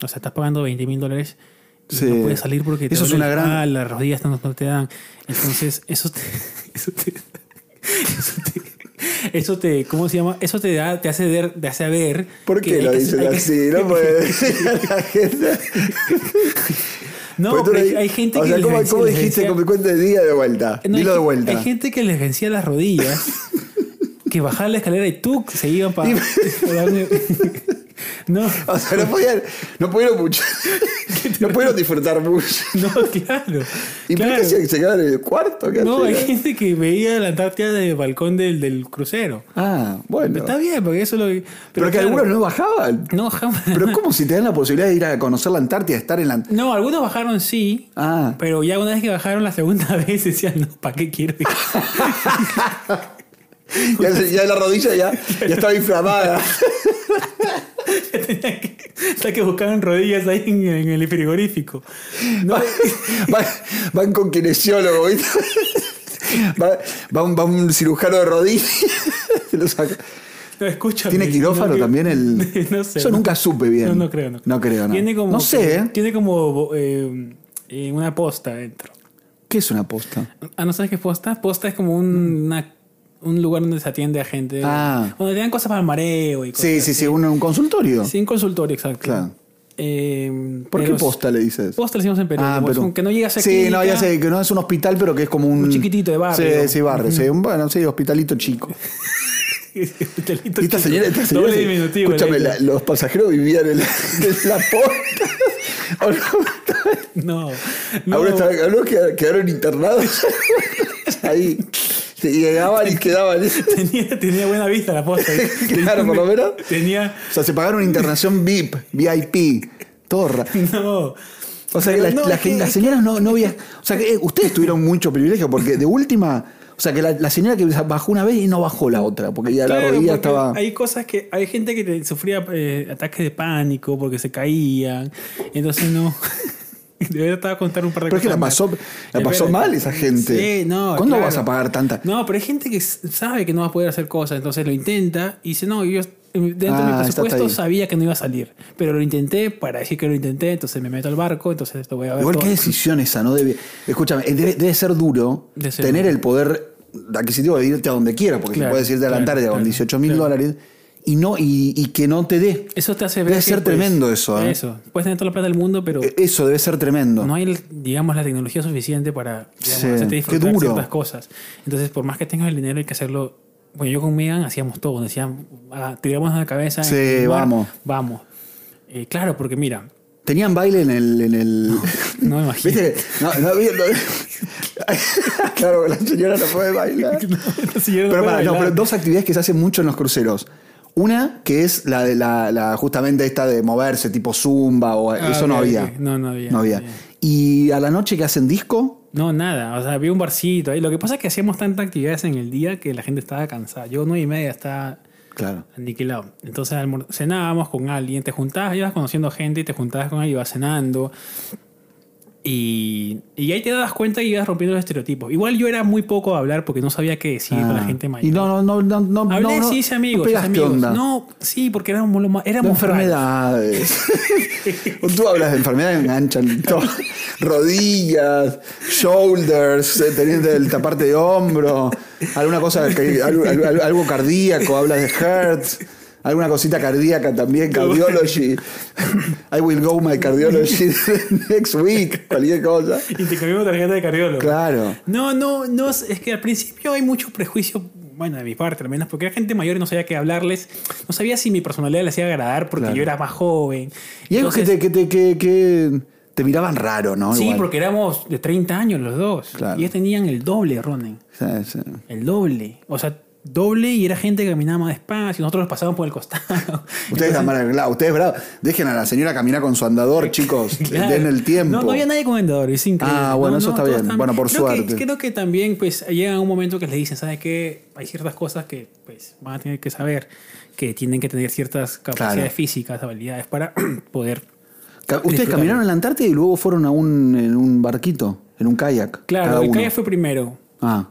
Speaker 1: O sea, estás pagando 20 mil dólares y
Speaker 2: Sí.
Speaker 1: no puedes salir porque te
Speaker 2: Eso es
Speaker 1: duele
Speaker 2: una
Speaker 1: la
Speaker 2: gran-
Speaker 1: espalda, las rodillas no, no te dan. Entonces, eso te. Eso te. Eso te, eso te- ¿Cómo se llama? Eso te da, te hace ver, te hace ver.
Speaker 2: ¿Por
Speaker 1: que
Speaker 2: qué
Speaker 1: hay
Speaker 2: lo
Speaker 1: que-
Speaker 2: dicen
Speaker 1: hay que-
Speaker 2: así? No puede decir a la gente.
Speaker 1: No,
Speaker 2: Pues tú
Speaker 1: pero
Speaker 2: le-
Speaker 1: hay, hay gente
Speaker 2: o
Speaker 1: que.
Speaker 2: sea,
Speaker 1: les
Speaker 2: ¿cómo,
Speaker 1: venci-
Speaker 2: cómo
Speaker 1: les
Speaker 2: dijiste
Speaker 1: vencía-
Speaker 2: con mi cuenta de día de vuelta?
Speaker 1: No, hay
Speaker 2: Dilo de
Speaker 1: gen-
Speaker 2: vuelta.
Speaker 1: Hay gente que les vencía las rodillas, que bajaban la escalera y tú se iban para. no,
Speaker 2: O sea, no podían, no pudieron mucho. No pudieron disfrutar mucho.
Speaker 1: no, claro.
Speaker 2: ¿Y por
Speaker 1: claro.
Speaker 2: qué se, se quedaron en el cuarto? ¿Qué
Speaker 1: No, hay
Speaker 2: hacían?
Speaker 1: gente que veía la Antártida desde el balcón del, del crucero.
Speaker 2: Ah, bueno.
Speaker 1: Está bien, porque eso lo. Pero,
Speaker 2: Pero que
Speaker 1: claro,
Speaker 2: algunos no bajaban.
Speaker 1: No, jamás.
Speaker 2: Pero ¿cómo si te dan la posibilidad de ir a conocer la Antártida, estar en la... Ant-
Speaker 1: No, algunos bajaron sí.
Speaker 2: Ah,
Speaker 1: Pero ya una vez que bajaron la segunda vez decían, no, ¿para qué quiero ir?
Speaker 2: ya, ya la rodilla ya, ya estaba inflamada.
Speaker 1: Ya tenía que, hasta que buscaban rodillas ahí en, en el frigorífico. No,
Speaker 2: Van, van con kinesiólogo, ¿viste? Va, va un, va un cirujano de rodillas. lo saca.
Speaker 1: No, escúchame.
Speaker 2: ¿Tiene
Speaker 1: no
Speaker 2: quirófano
Speaker 1: creo-
Speaker 2: también el...?
Speaker 1: no sé.
Speaker 2: Yo
Speaker 1: no-
Speaker 2: nunca supe bien.
Speaker 1: No, no creo, no creo.
Speaker 2: No creo, no.
Speaker 1: Tiene como,
Speaker 2: No sé, ¿eh?
Speaker 1: Tiene como eh, eh, una posta dentro.
Speaker 2: ¿Qué es una posta?
Speaker 1: Ah, ¿no sabes qué es posta? Posta es como un, una- un lugar donde se atiende a gente.
Speaker 2: Ah.
Speaker 1: Donde te dan cosas para el mareo y cosas
Speaker 2: Sí, sí, sí, un, un consultorio.
Speaker 1: así. Sí, un consultorio, exacto.
Speaker 2: Claro.
Speaker 1: Eh,
Speaker 2: ¿Por qué
Speaker 1: pero-
Speaker 2: posta le dices?
Speaker 1: Posta le decimos en Perú.
Speaker 2: Ah,
Speaker 1: como es
Speaker 2: pero-
Speaker 1: como que no llegas a
Speaker 2: Sí, no, ya
Speaker 1: clínica.
Speaker 2: sé, que no es un hospital, pero que es como un.
Speaker 1: Un chiquitito de barrio.
Speaker 2: Sí, sí, barrio. sí, un, bueno, sí, hospitalito chico.
Speaker 1: Hotelito
Speaker 2: Y esta
Speaker 1: chico.
Speaker 2: señora, esta señora-
Speaker 1: Doble diminutivo.
Speaker 2: Escúchame,
Speaker 1: el-
Speaker 2: la- los pasajeros vivían en la, en la posta. ¿O no?
Speaker 1: No. no.
Speaker 2: Algunos, estaban- algunos queda- quedaron internados ahí. Se llegaban y quedaban. O
Speaker 1: Tenía, tenía buena vista la posta.
Speaker 2: Claro, por lo menos.
Speaker 1: Tenía.
Speaker 2: sea, se pagaron una internación VIP, VIP. Torra.
Speaker 1: No.
Speaker 2: O sea, que
Speaker 1: Pero
Speaker 2: la-
Speaker 1: no,
Speaker 2: la
Speaker 1: es que-
Speaker 2: gente- las señoras no, no viajan. O sea, que eh, ustedes tuvieron mucho privilegio porque de última. O sea, que la, la señora que bajó una vez y no bajó la otra porque ya la
Speaker 1: Claro,
Speaker 2: rodilla
Speaker 1: porque
Speaker 2: estaba.
Speaker 1: Hay cosas que. Hay gente que te- sufría eh, ataques de pánico porque se caían. Entonces no. Debería estar contar un par de
Speaker 2: Pero
Speaker 1: cosas.
Speaker 2: es que la pasó, la
Speaker 1: más.
Speaker 2: pasó
Speaker 1: Espera.
Speaker 2: mal esa gente.
Speaker 1: Sí, no.
Speaker 2: ¿Cuándo
Speaker 1: claro.
Speaker 2: vas a pagar tanta?
Speaker 1: No, pero hay gente que s- sabe que no va a poder hacer cosas. Entonces lo intenta y dice, no, yo em, dentro de mi
Speaker 2: Ah, está
Speaker 1: presupuesto
Speaker 2: ahí.
Speaker 1: sabía que no iba a salir. Pero lo intenté para decir que lo intenté. Entonces me meto al barco. Entonces esto voy a ver.
Speaker 2: Igual
Speaker 1: todo.
Speaker 2: qué decisión esa, ¿no? Debe, escúchame, eh, debe, debe ser duro
Speaker 1: Debe ser
Speaker 2: tener
Speaker 1: duro.
Speaker 2: el poder adquisitivo de irte a donde quiera, porque
Speaker 1: Claro,
Speaker 2: se puede irte a la
Speaker 1: claro,
Speaker 2: Antártida con
Speaker 1: claro,
Speaker 2: 18 mil
Speaker 1: claro.
Speaker 2: dólares y, no, y, y que no te dé.
Speaker 1: Eso te hace ver.
Speaker 2: Debe
Speaker 1: que, pues,
Speaker 2: ser tremendo eso, ¿eh?
Speaker 1: Eso. Puedes tener toda la plata del mundo, pero
Speaker 2: Eh, Eso debe ser tremendo.
Speaker 1: no hay, digamos, la tecnología suficiente para digamos,
Speaker 2: Sí.
Speaker 1: hacerte
Speaker 2: Qué
Speaker 1: disfrutar
Speaker 2: duro.
Speaker 1: ciertas cosas. Entonces, por más que tengas el dinero, hay que hacerlo. Bueno, yo con Megan hacíamos todo. Decíamos, ah, tiramos la cabeza. en
Speaker 2: Sí,
Speaker 1: el mar,
Speaker 2: vamos.
Speaker 1: Vamos. Eh, claro, porque mira,
Speaker 2: Tenían baile en el. En el
Speaker 1: No me imagino.
Speaker 2: ¿Viste? que- No, no, bien, no- claro, la señora no puede bailar.
Speaker 1: Esta señora no
Speaker 2: pero,
Speaker 1: puede
Speaker 2: pará, no,
Speaker 1: bailar.
Speaker 2: pero dos actividades que se hacen mucho en los cruceros. Una que es la de la, la- justamente esta de moverse, tipo zumba, o
Speaker 1: Ah,
Speaker 2: eso no
Speaker 1: ok,
Speaker 2: había.
Speaker 1: ok. No, no había,
Speaker 2: No
Speaker 1: no
Speaker 2: había.
Speaker 1: había.
Speaker 2: Y a la noche que hacen disco,
Speaker 1: No, nada. O sea, había un barcito ahí. Lo que pasa es que hacíamos tantas actividades en el día que la gente estaba cansada. Yo nueve y media estaba
Speaker 2: claro.
Speaker 1: aniquilado. Entonces almor- cenábamos con alguien, te juntabas, ibas conociendo gente y te juntabas con alguien, ibas cenando. Y, y ahí te dabas cuenta y ibas rompiendo los estereotipos. Igual yo era muy poco a hablar porque no sabía qué decir con la
Speaker 2: Ah.
Speaker 1: gente mayor.
Speaker 2: Y no, no, no, no, no.
Speaker 1: Hablé,
Speaker 2: no, no,
Speaker 1: sí, hice amigos.
Speaker 2: No
Speaker 1: hice
Speaker 2: pegaste
Speaker 1: amigos.
Speaker 2: onda.
Speaker 1: No, sí, porque éramos, lo más-
Speaker 2: De
Speaker 1: éramos raros.
Speaker 2: enfermedades. Tú hablas de enfermedades, enganchan todo. rodillas, shoulders, eh, teniendo el taparte de hombro, alguna cosa, que- algo, algo- algo cardíaco, hablas de hertz, alguna cosita cardíaca también, cardiology. I will go my cardiology next week, cualquier cosa.
Speaker 1: Y te cambiamos tarjeta de cardiólogo.
Speaker 2: Claro.
Speaker 1: No, no, no, es es que al principio hay mucho prejuicio, bueno, de mi parte al menos, porque era gente mayor y no sabía qué hablarles, no sabía si mi personalidad les hacía agradar porque
Speaker 2: Claro.
Speaker 1: yo era más joven.
Speaker 2: Y algo que
Speaker 1: Entonces,
Speaker 2: te, que te, que, que te miraban raro, ¿no?
Speaker 1: Sí,
Speaker 2: Igual.
Speaker 1: porque éramos de 30 años los dos.
Speaker 2: Claro.
Speaker 1: Y ellos tenían el doble, Ronen,
Speaker 2: Sí, sí.
Speaker 1: el doble. O sea, doble y era gente que caminaba más despacio, y nosotros los pasábamos por el costado.
Speaker 2: Ustedes, están mal arreglados, ustedes bravos. Dejen a la señora caminar con su andador, chicos.
Speaker 1: Claro.
Speaker 2: Den el tiempo.
Speaker 1: No, no había nadie con vendedor, es increíble.
Speaker 2: Ah, bueno,
Speaker 1: No,
Speaker 2: eso
Speaker 1: no,
Speaker 2: está
Speaker 1: todos
Speaker 2: bien.
Speaker 1: están-
Speaker 2: Bueno, por
Speaker 1: creo que-
Speaker 2: suerte.
Speaker 1: creo que también, pues, llega un momento que les dicen, ¿sabes qué? Hay ciertas cosas que, pues, van a tener que saber que tienen que tener ciertas capacidades
Speaker 2: Claro.
Speaker 1: físicas, habilidades para poder.
Speaker 2: Ca- Ustedes
Speaker 1: Disfrutar.
Speaker 2: caminaron en la Antártida y luego fueron a un, en un barquito, en un kayak.
Speaker 1: Claro,
Speaker 2: cada
Speaker 1: el
Speaker 2: uno.
Speaker 1: kayak fue primero.
Speaker 2: Ah,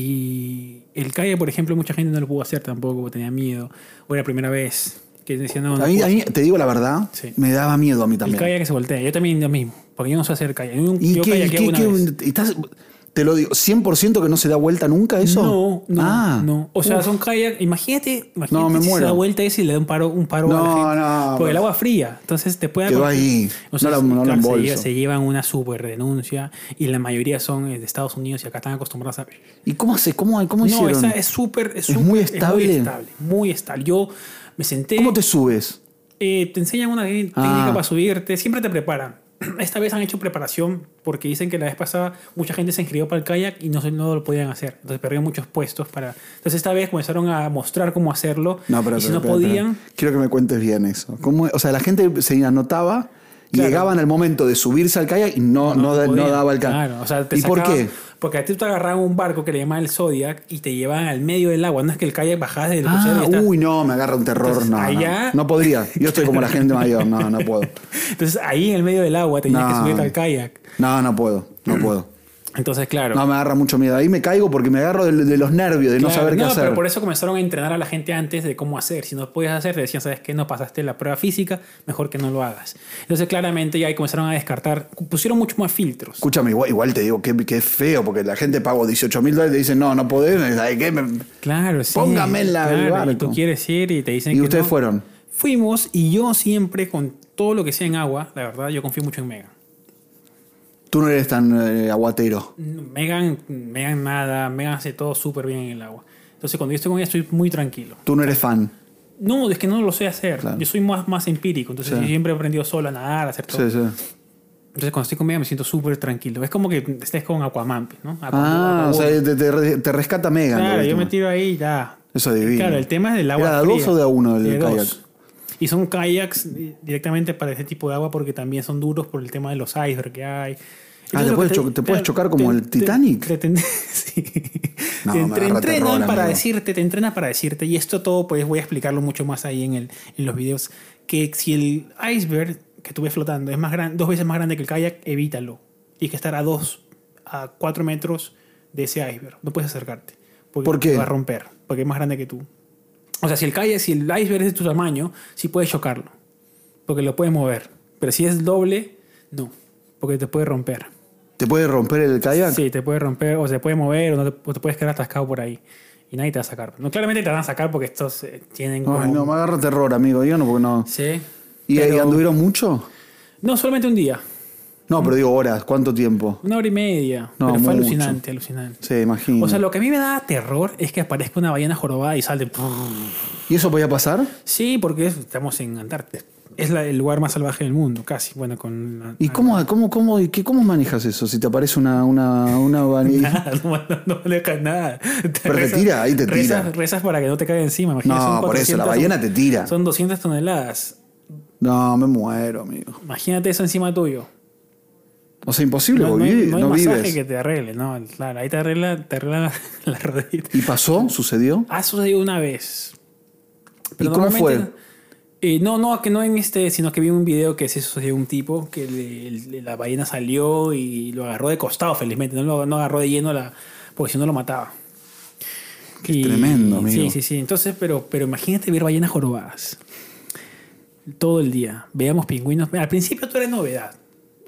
Speaker 1: Y el kayak, por ejemplo, mucha gente no lo pudo hacer tampoco, porque tenía miedo. O era la primera vez que decían, no, no
Speaker 2: a mí,
Speaker 1: puedo
Speaker 2: a mí, te digo la verdad,
Speaker 1: Sí.
Speaker 2: me daba miedo a mí
Speaker 1: hacer". El
Speaker 2: también.
Speaker 1: kayak que se voltea. Yo también lo mismo, porque yo no sé hacer kayak. Yo,
Speaker 2: ¿Y
Speaker 1: yo
Speaker 2: qué- y
Speaker 1: kayakeé
Speaker 2: qué-
Speaker 1: una
Speaker 2: qué-
Speaker 1: vez.
Speaker 2: estás- te lo digo, 100% que no se da vuelta nunca eso?
Speaker 1: No, no,
Speaker 2: Ah.
Speaker 1: no. O sea,
Speaker 2: Uf.
Speaker 1: son kayak. Imagínate, imagínate
Speaker 2: No, me
Speaker 1: si se
Speaker 2: muero.
Speaker 1: da vuelta ese y le da un paro, un paro a la
Speaker 2: No,
Speaker 1: gente.
Speaker 2: no,
Speaker 1: Porque el
Speaker 2: pero-
Speaker 1: agua fría. Entonces te puede
Speaker 2: Quedó ahí. No la- no la
Speaker 1: claro, se,
Speaker 2: embolso.
Speaker 1: lleva- se llevan una super denuncia y la mayoría son eh, de Estados Unidos y acá están acostumbrados a.
Speaker 2: ¿Y cómo hace? ¿Cómo, cómo
Speaker 1: no,
Speaker 2: hicieron?
Speaker 1: esa es súper. Es,
Speaker 2: ¿Es
Speaker 1: súper-
Speaker 2: muy
Speaker 1: muy
Speaker 2: estable?
Speaker 1: estable. muy estable. Yo me senté.
Speaker 2: ¿Cómo te subes?
Speaker 1: eh, te enseñan una técnica
Speaker 2: Ah.
Speaker 1: para subirte. Siempre te preparan. Esta vez han hecho preparación porque dicen que la vez pasada mucha gente se inscribió para el kayak y no, se- no lo podían hacer. Entonces perdieron muchos puestos para... Entonces esta vez comenzaron a mostrar cómo hacerlo.
Speaker 2: No, pero,
Speaker 1: y si
Speaker 2: pero,
Speaker 1: no
Speaker 2: pero,
Speaker 1: podían...
Speaker 2: pero, quiero que me cuentes bien eso. ¿Cómo, o sea, la gente se anotaba y
Speaker 1: Claro.
Speaker 2: llegaban al momento de subirse al kayak y no, no, da- no
Speaker 1: podían.
Speaker 2: daba el kayak.
Speaker 1: Claro, o sea, te
Speaker 2: ¿Y por
Speaker 1: sacaban-
Speaker 2: qué?
Speaker 1: Porque a ti te agarraban un barco que le llamaban el Zodiac y te llevaban al medio del agua. No es que el kayak bajás del crucero
Speaker 2: Ah,
Speaker 1: y ya está.
Speaker 2: uy, no, me agarra un terror.
Speaker 1: Entonces,
Speaker 2: no, no.
Speaker 1: allá-
Speaker 2: no podría. Yo estoy como la gente mayor. No, no puedo.
Speaker 1: Entonces ahí en el medio del agua tenías que
Speaker 2: No.
Speaker 1: subirte al kayak.
Speaker 2: No, no puedo. No puedo.
Speaker 1: Entonces, claro.
Speaker 2: No, me agarra mucho miedo. Ahí me caigo porque me agarro de, de los nervios, de no
Speaker 1: Claro,
Speaker 2: saber qué hacer.
Speaker 1: pero por eso comenzaron a entrenar a la gente antes de cómo hacer. Si no podías hacer, te decían, ¿sabes qué? No pasaste la prueba física, mejor que no lo hagas. Entonces, claramente, ya ahí comenzaron a descartar. Pusieron mucho más filtros.
Speaker 2: Escúchame, igual, igual te digo que, que es feo porque la gente pagó 18 mil dólares y te dicen, no, no podés. ¿sabes qué? Me-
Speaker 1: Claro, sí.
Speaker 2: Póngame en la del
Speaker 1: claro, y
Speaker 2: barco.
Speaker 1: Tú quieres ir y te dicen
Speaker 2: Y
Speaker 1: que
Speaker 2: ustedes
Speaker 1: no.
Speaker 2: fueron.
Speaker 1: Fuimos y yo siempre, con todo lo que sea en agua, la verdad, yo confío mucho en Megan.
Speaker 2: Tú no eres tan eh, aguatero.
Speaker 1: Megan, Megan nada, Megan hace todo súper bien en el agua. Entonces, cuando yo estoy con ella, estoy muy tranquilo.
Speaker 2: Tú no eres fan.
Speaker 1: No, es que no lo sé hacer.
Speaker 2: Claro.
Speaker 1: Yo soy más, más empírico. Entonces,
Speaker 2: Sí.
Speaker 1: yo siempre he aprendido solo a nadar, a hacer todo.
Speaker 2: Sí, sí.
Speaker 1: Entonces cuando estoy con ella me siento súper tranquilo. Es como que estés con Aquaman, pues, ¿no? Aquaman,
Speaker 2: Ah,
Speaker 1: Aquaman.
Speaker 2: o sea, te, te re- te rescata Megan.
Speaker 1: claro,
Speaker 2: de
Speaker 1: yo
Speaker 2: última.
Speaker 1: me tiro ahí y ya.
Speaker 2: Eso es divino.
Speaker 1: Claro, el tema es del agua.
Speaker 2: ¿Era de a
Speaker 1: fría.
Speaker 2: dos o de a uno el
Speaker 1: De
Speaker 2: kayak?
Speaker 1: dos. Y son kayaks eh, directamente para ese tipo de agua porque también son duros por el tema de los icebergs que hay.
Speaker 2: Ah, te
Speaker 1: lo
Speaker 2: puedes
Speaker 1: que
Speaker 2: cho- te puedes chocar como el Titanic.
Speaker 1: Te, te- sí.
Speaker 2: No,
Speaker 1: Te
Speaker 2: me
Speaker 1: entre-
Speaker 2: agarra
Speaker 1: entrenan
Speaker 2: terror,
Speaker 1: para
Speaker 2: amigo.
Speaker 1: decirte, te entrenas para decirte. Y esto todo, pues voy a explicarlo mucho más ahí en, el, en los videos. Que si el iceberg que tú ves flotando es más gran, dos veces más grande que el kayak, evítalo. Tienes que estar a dos, a cuatro metros de ese iceberg. No puedes acercarte. Porque
Speaker 2: ¿Por qué?
Speaker 1: te va a romper. Porque es más grande que tú. O sea, si el kayak, si el iceberg es de tu tamaño, sí puedes chocarlo. Porque lo puedes mover. Pero si es doble, no. Porque te puede romper.
Speaker 2: ¿Te puede romper el kayak?
Speaker 1: Sí, te puede romper, o se puede mover, o, no te, o te puedes quedar atascado por ahí. Y nadie te va a sacar. No, claramente te van a sacar porque estos eh, tienen como...
Speaker 2: Ay, no, me agarra terror, amigo. Yo no, porque no.
Speaker 1: Sí.
Speaker 2: ¿Y,
Speaker 1: pero-
Speaker 2: y anduvieron mucho?
Speaker 1: No, solamente un día.
Speaker 2: No, pero digo horas, ¿cuánto tiempo?
Speaker 1: Una hora y media. pero
Speaker 2: No,
Speaker 1: fue
Speaker 2: mucho.
Speaker 1: alucinante, alucinante.
Speaker 2: Sí, imagino.
Speaker 1: O sea, lo que a mí me da terror es que aparezca una ballena jorobada y salte.
Speaker 2: ¿Y eso podía pasar?
Speaker 1: Sí, porque es- estamos en Antártida. Es la- el lugar más salvaje del mundo, casi. Bueno, con. la-
Speaker 2: ¿Y cómo, cómo, cómo, y qué- cómo manejas eso? Si te aparece una, una, una bane-
Speaker 1: no, no, no le dejas nada.
Speaker 2: Pero te tira, ahí te tira.
Speaker 1: Rezas, rezas para que no te caiga encima. imagínate,
Speaker 2: No,
Speaker 1: son
Speaker 2: por eso, la
Speaker 1: 400,
Speaker 2: ballena te tira.
Speaker 1: Son 200 toneladas.
Speaker 2: No, me muero, amigo.
Speaker 1: Imagínate eso encima tuyo.
Speaker 2: O sea, imposible,
Speaker 1: No,
Speaker 2: vos
Speaker 1: no hay,
Speaker 2: vivís,
Speaker 1: no hay
Speaker 2: no
Speaker 1: masaje
Speaker 2: vives.
Speaker 1: que te arregle, ¿no? Claro, ahí te arregla, te arregla la rodilla.
Speaker 2: ¿Y pasó? ¿Sucedió?
Speaker 1: Ha sucedido una vez.
Speaker 2: ¿Y cómo
Speaker 1: normalmente- Eh, no, no, que no en este, sino que vi un video que se sucedió un tipo que le- le- la ballena salió y lo agarró de costado, felizmente. No lo no agarró de lleno, la, porque si no lo mataba. Qué
Speaker 2: tremendo, amigo.
Speaker 1: Sí, sí, sí. Entonces, pero, pero imagínate ver ballenas jorobadas todo el día. Veamos pingüinos. Al principio todo era novedad.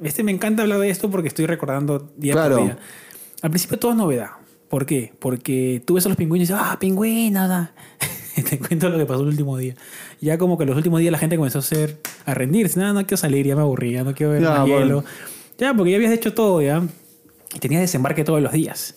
Speaker 1: Este me encanta hablar de esto porque estoy recordando día
Speaker 2: Claro.
Speaker 1: por día. Al principio todo es novedad. ¿Por qué? Porque tú ves a los pingüinos y dices, ah, pingüinos. ah". Te cuento lo que pasó el último día. Ya como que los últimos días la gente comenzó a ser, a rendirse. No, no quiero salir, ya me aburrí, ya no quiero ver
Speaker 2: Ya,
Speaker 1: más
Speaker 2: bueno.
Speaker 1: hielo. Ya, porque ya habías hecho todo, ya. Y tenías desembarque todos los días.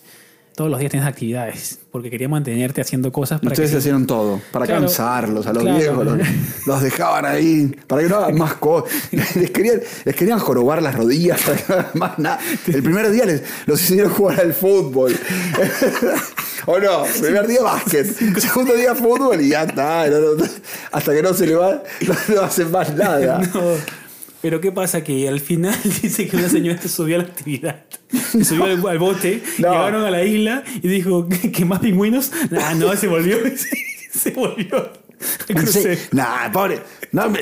Speaker 1: Todos los días tenías actividades. Porque quería mantenerte haciendo cosas para
Speaker 2: Ustedes
Speaker 1: que...
Speaker 2: hacieron todo, para
Speaker 1: Claro.
Speaker 2: cansarlos a los
Speaker 1: Claro.
Speaker 2: viejos, los, los dejaban ahí, para que no hagan más cosas. Les querían, les querían jorobar las rodillas, para que no hagan más nada. El primer día les, los hicieron jugar al fútbol. o no, primer día básquet, segundo día fútbol y ya está. no, no, hasta que no se le va, no, no hacen más nada.
Speaker 1: No. Pero qué pasa que al final dice que una señora se subió a la actividad. Se subió al, al bote,
Speaker 2: No.
Speaker 1: llegaron a la isla y dijo que, que más pingüinos. Ah, no, se volvió. Se, se volvió. al crucero.
Speaker 2: Dice, Nah, pobre. No, me-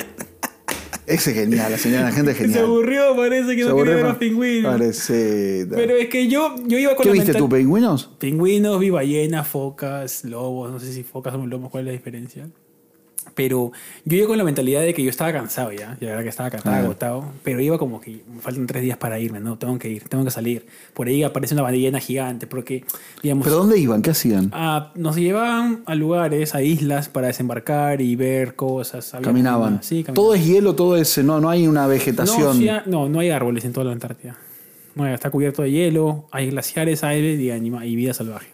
Speaker 2: Ese es genial, la señora, la gente es
Speaker 1: Se
Speaker 2: genial.
Speaker 1: aburrió, parece que no quería ver más pingüinos.
Speaker 2: Pobrecita.
Speaker 1: Pero es que yo, yo iba con
Speaker 2: ¿Qué
Speaker 1: la
Speaker 2: viste
Speaker 1: mental-
Speaker 2: tú, pingüinos?
Speaker 1: Pingüinos, vi ballenas, focas, lobos, no sé si focas o lobos, cuál es la diferencia. Pero yo iba con la mentalidad de que yo estaba cansado ya, ya era que estaba cansado,
Speaker 2: Ah.
Speaker 1: agotado, pero iba como que me faltan tres días para irme, no, tengo que ir, tengo que salir. Por ahí aparece una ballena gigante, porque, digamos,
Speaker 2: ¿Pero dónde iban? ¿Qué hacían?
Speaker 1: a- nos llevaban a lugares, a islas para desembarcar y ver cosas. había-
Speaker 2: Caminaban.
Speaker 1: Sí, caminaban.
Speaker 2: Todo es hielo, todo es. No, no hay una
Speaker 1: No,
Speaker 2: vegetación.
Speaker 1: sí ha- no, no hay árboles en toda la Antártida. No hay- está cubierto de hielo, hay glaciares, aire y, anima- y vida salvaje.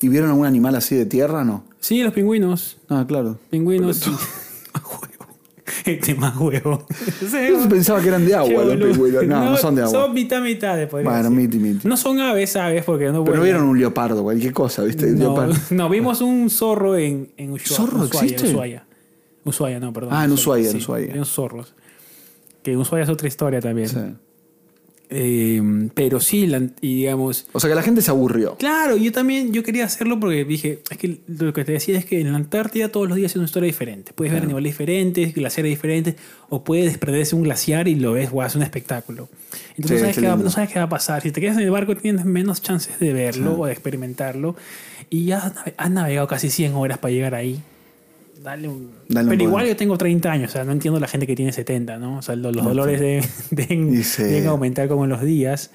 Speaker 2: ¿Y vieron algún animal así de tierra? No.
Speaker 1: Sí, los pingüinos.
Speaker 2: Ah, claro.
Speaker 1: Pingüinos. Más huevo. Este más huevo.
Speaker 2: Yo pensaba que eran de agua los pingüinos. No, no, son de agua.
Speaker 1: Son mitad mitad de podría
Speaker 2: Bueno,
Speaker 1: decir.
Speaker 2: miti, miti.
Speaker 1: No son aves, aves, porque no
Speaker 2: Pero no
Speaker 1: vuelan.
Speaker 2: vieron un leopardo, cualquier cosa, ¿viste? Un
Speaker 1: no,
Speaker 2: leopardo.
Speaker 1: no, vimos un zorro en, en Ushuaia.
Speaker 2: ¿Zorro
Speaker 1: Ushuaia,
Speaker 2: existe?
Speaker 1: Ushuaia. Ushuaia, no, perdón.
Speaker 2: Ah, en Ushuaia, en
Speaker 1: sí,
Speaker 2: Ushuaia.
Speaker 1: vimos zorros. Que Ushuaia es otra historia también.
Speaker 2: Sí.
Speaker 1: Eh, pero sí, la- y digamos,
Speaker 2: O sea que la gente se aburrió.
Speaker 1: Claro, yo también yo quería hacerlo porque dije, es que lo que te decía es que en la Antártida todos los días es una historia diferente. Puedes ver animales diferentes, glaciares diferentes, o puedes desprenderse un glaciar y lo ves, guau, es un espectáculo.
Speaker 2: Sí,
Speaker 1: Entonces no, sabes
Speaker 2: qué
Speaker 1: qué va,
Speaker 2: lindo.
Speaker 1: no sabes qué va a pasar. Si te quedas en el barco tienes menos chances de verlo o de experimentarlo. Y ya has nave- has navegado casi 100 horas para llegar ahí. Dale un-
Speaker 2: Dale un
Speaker 1: Pero igual
Speaker 2: buen-
Speaker 1: yo tengo 30 años, o sea, no entiendo la gente que tiene 70, ¿no? O sea, los, los dolores de- deben
Speaker 2: Y se-
Speaker 1: deben aumentar como en los días.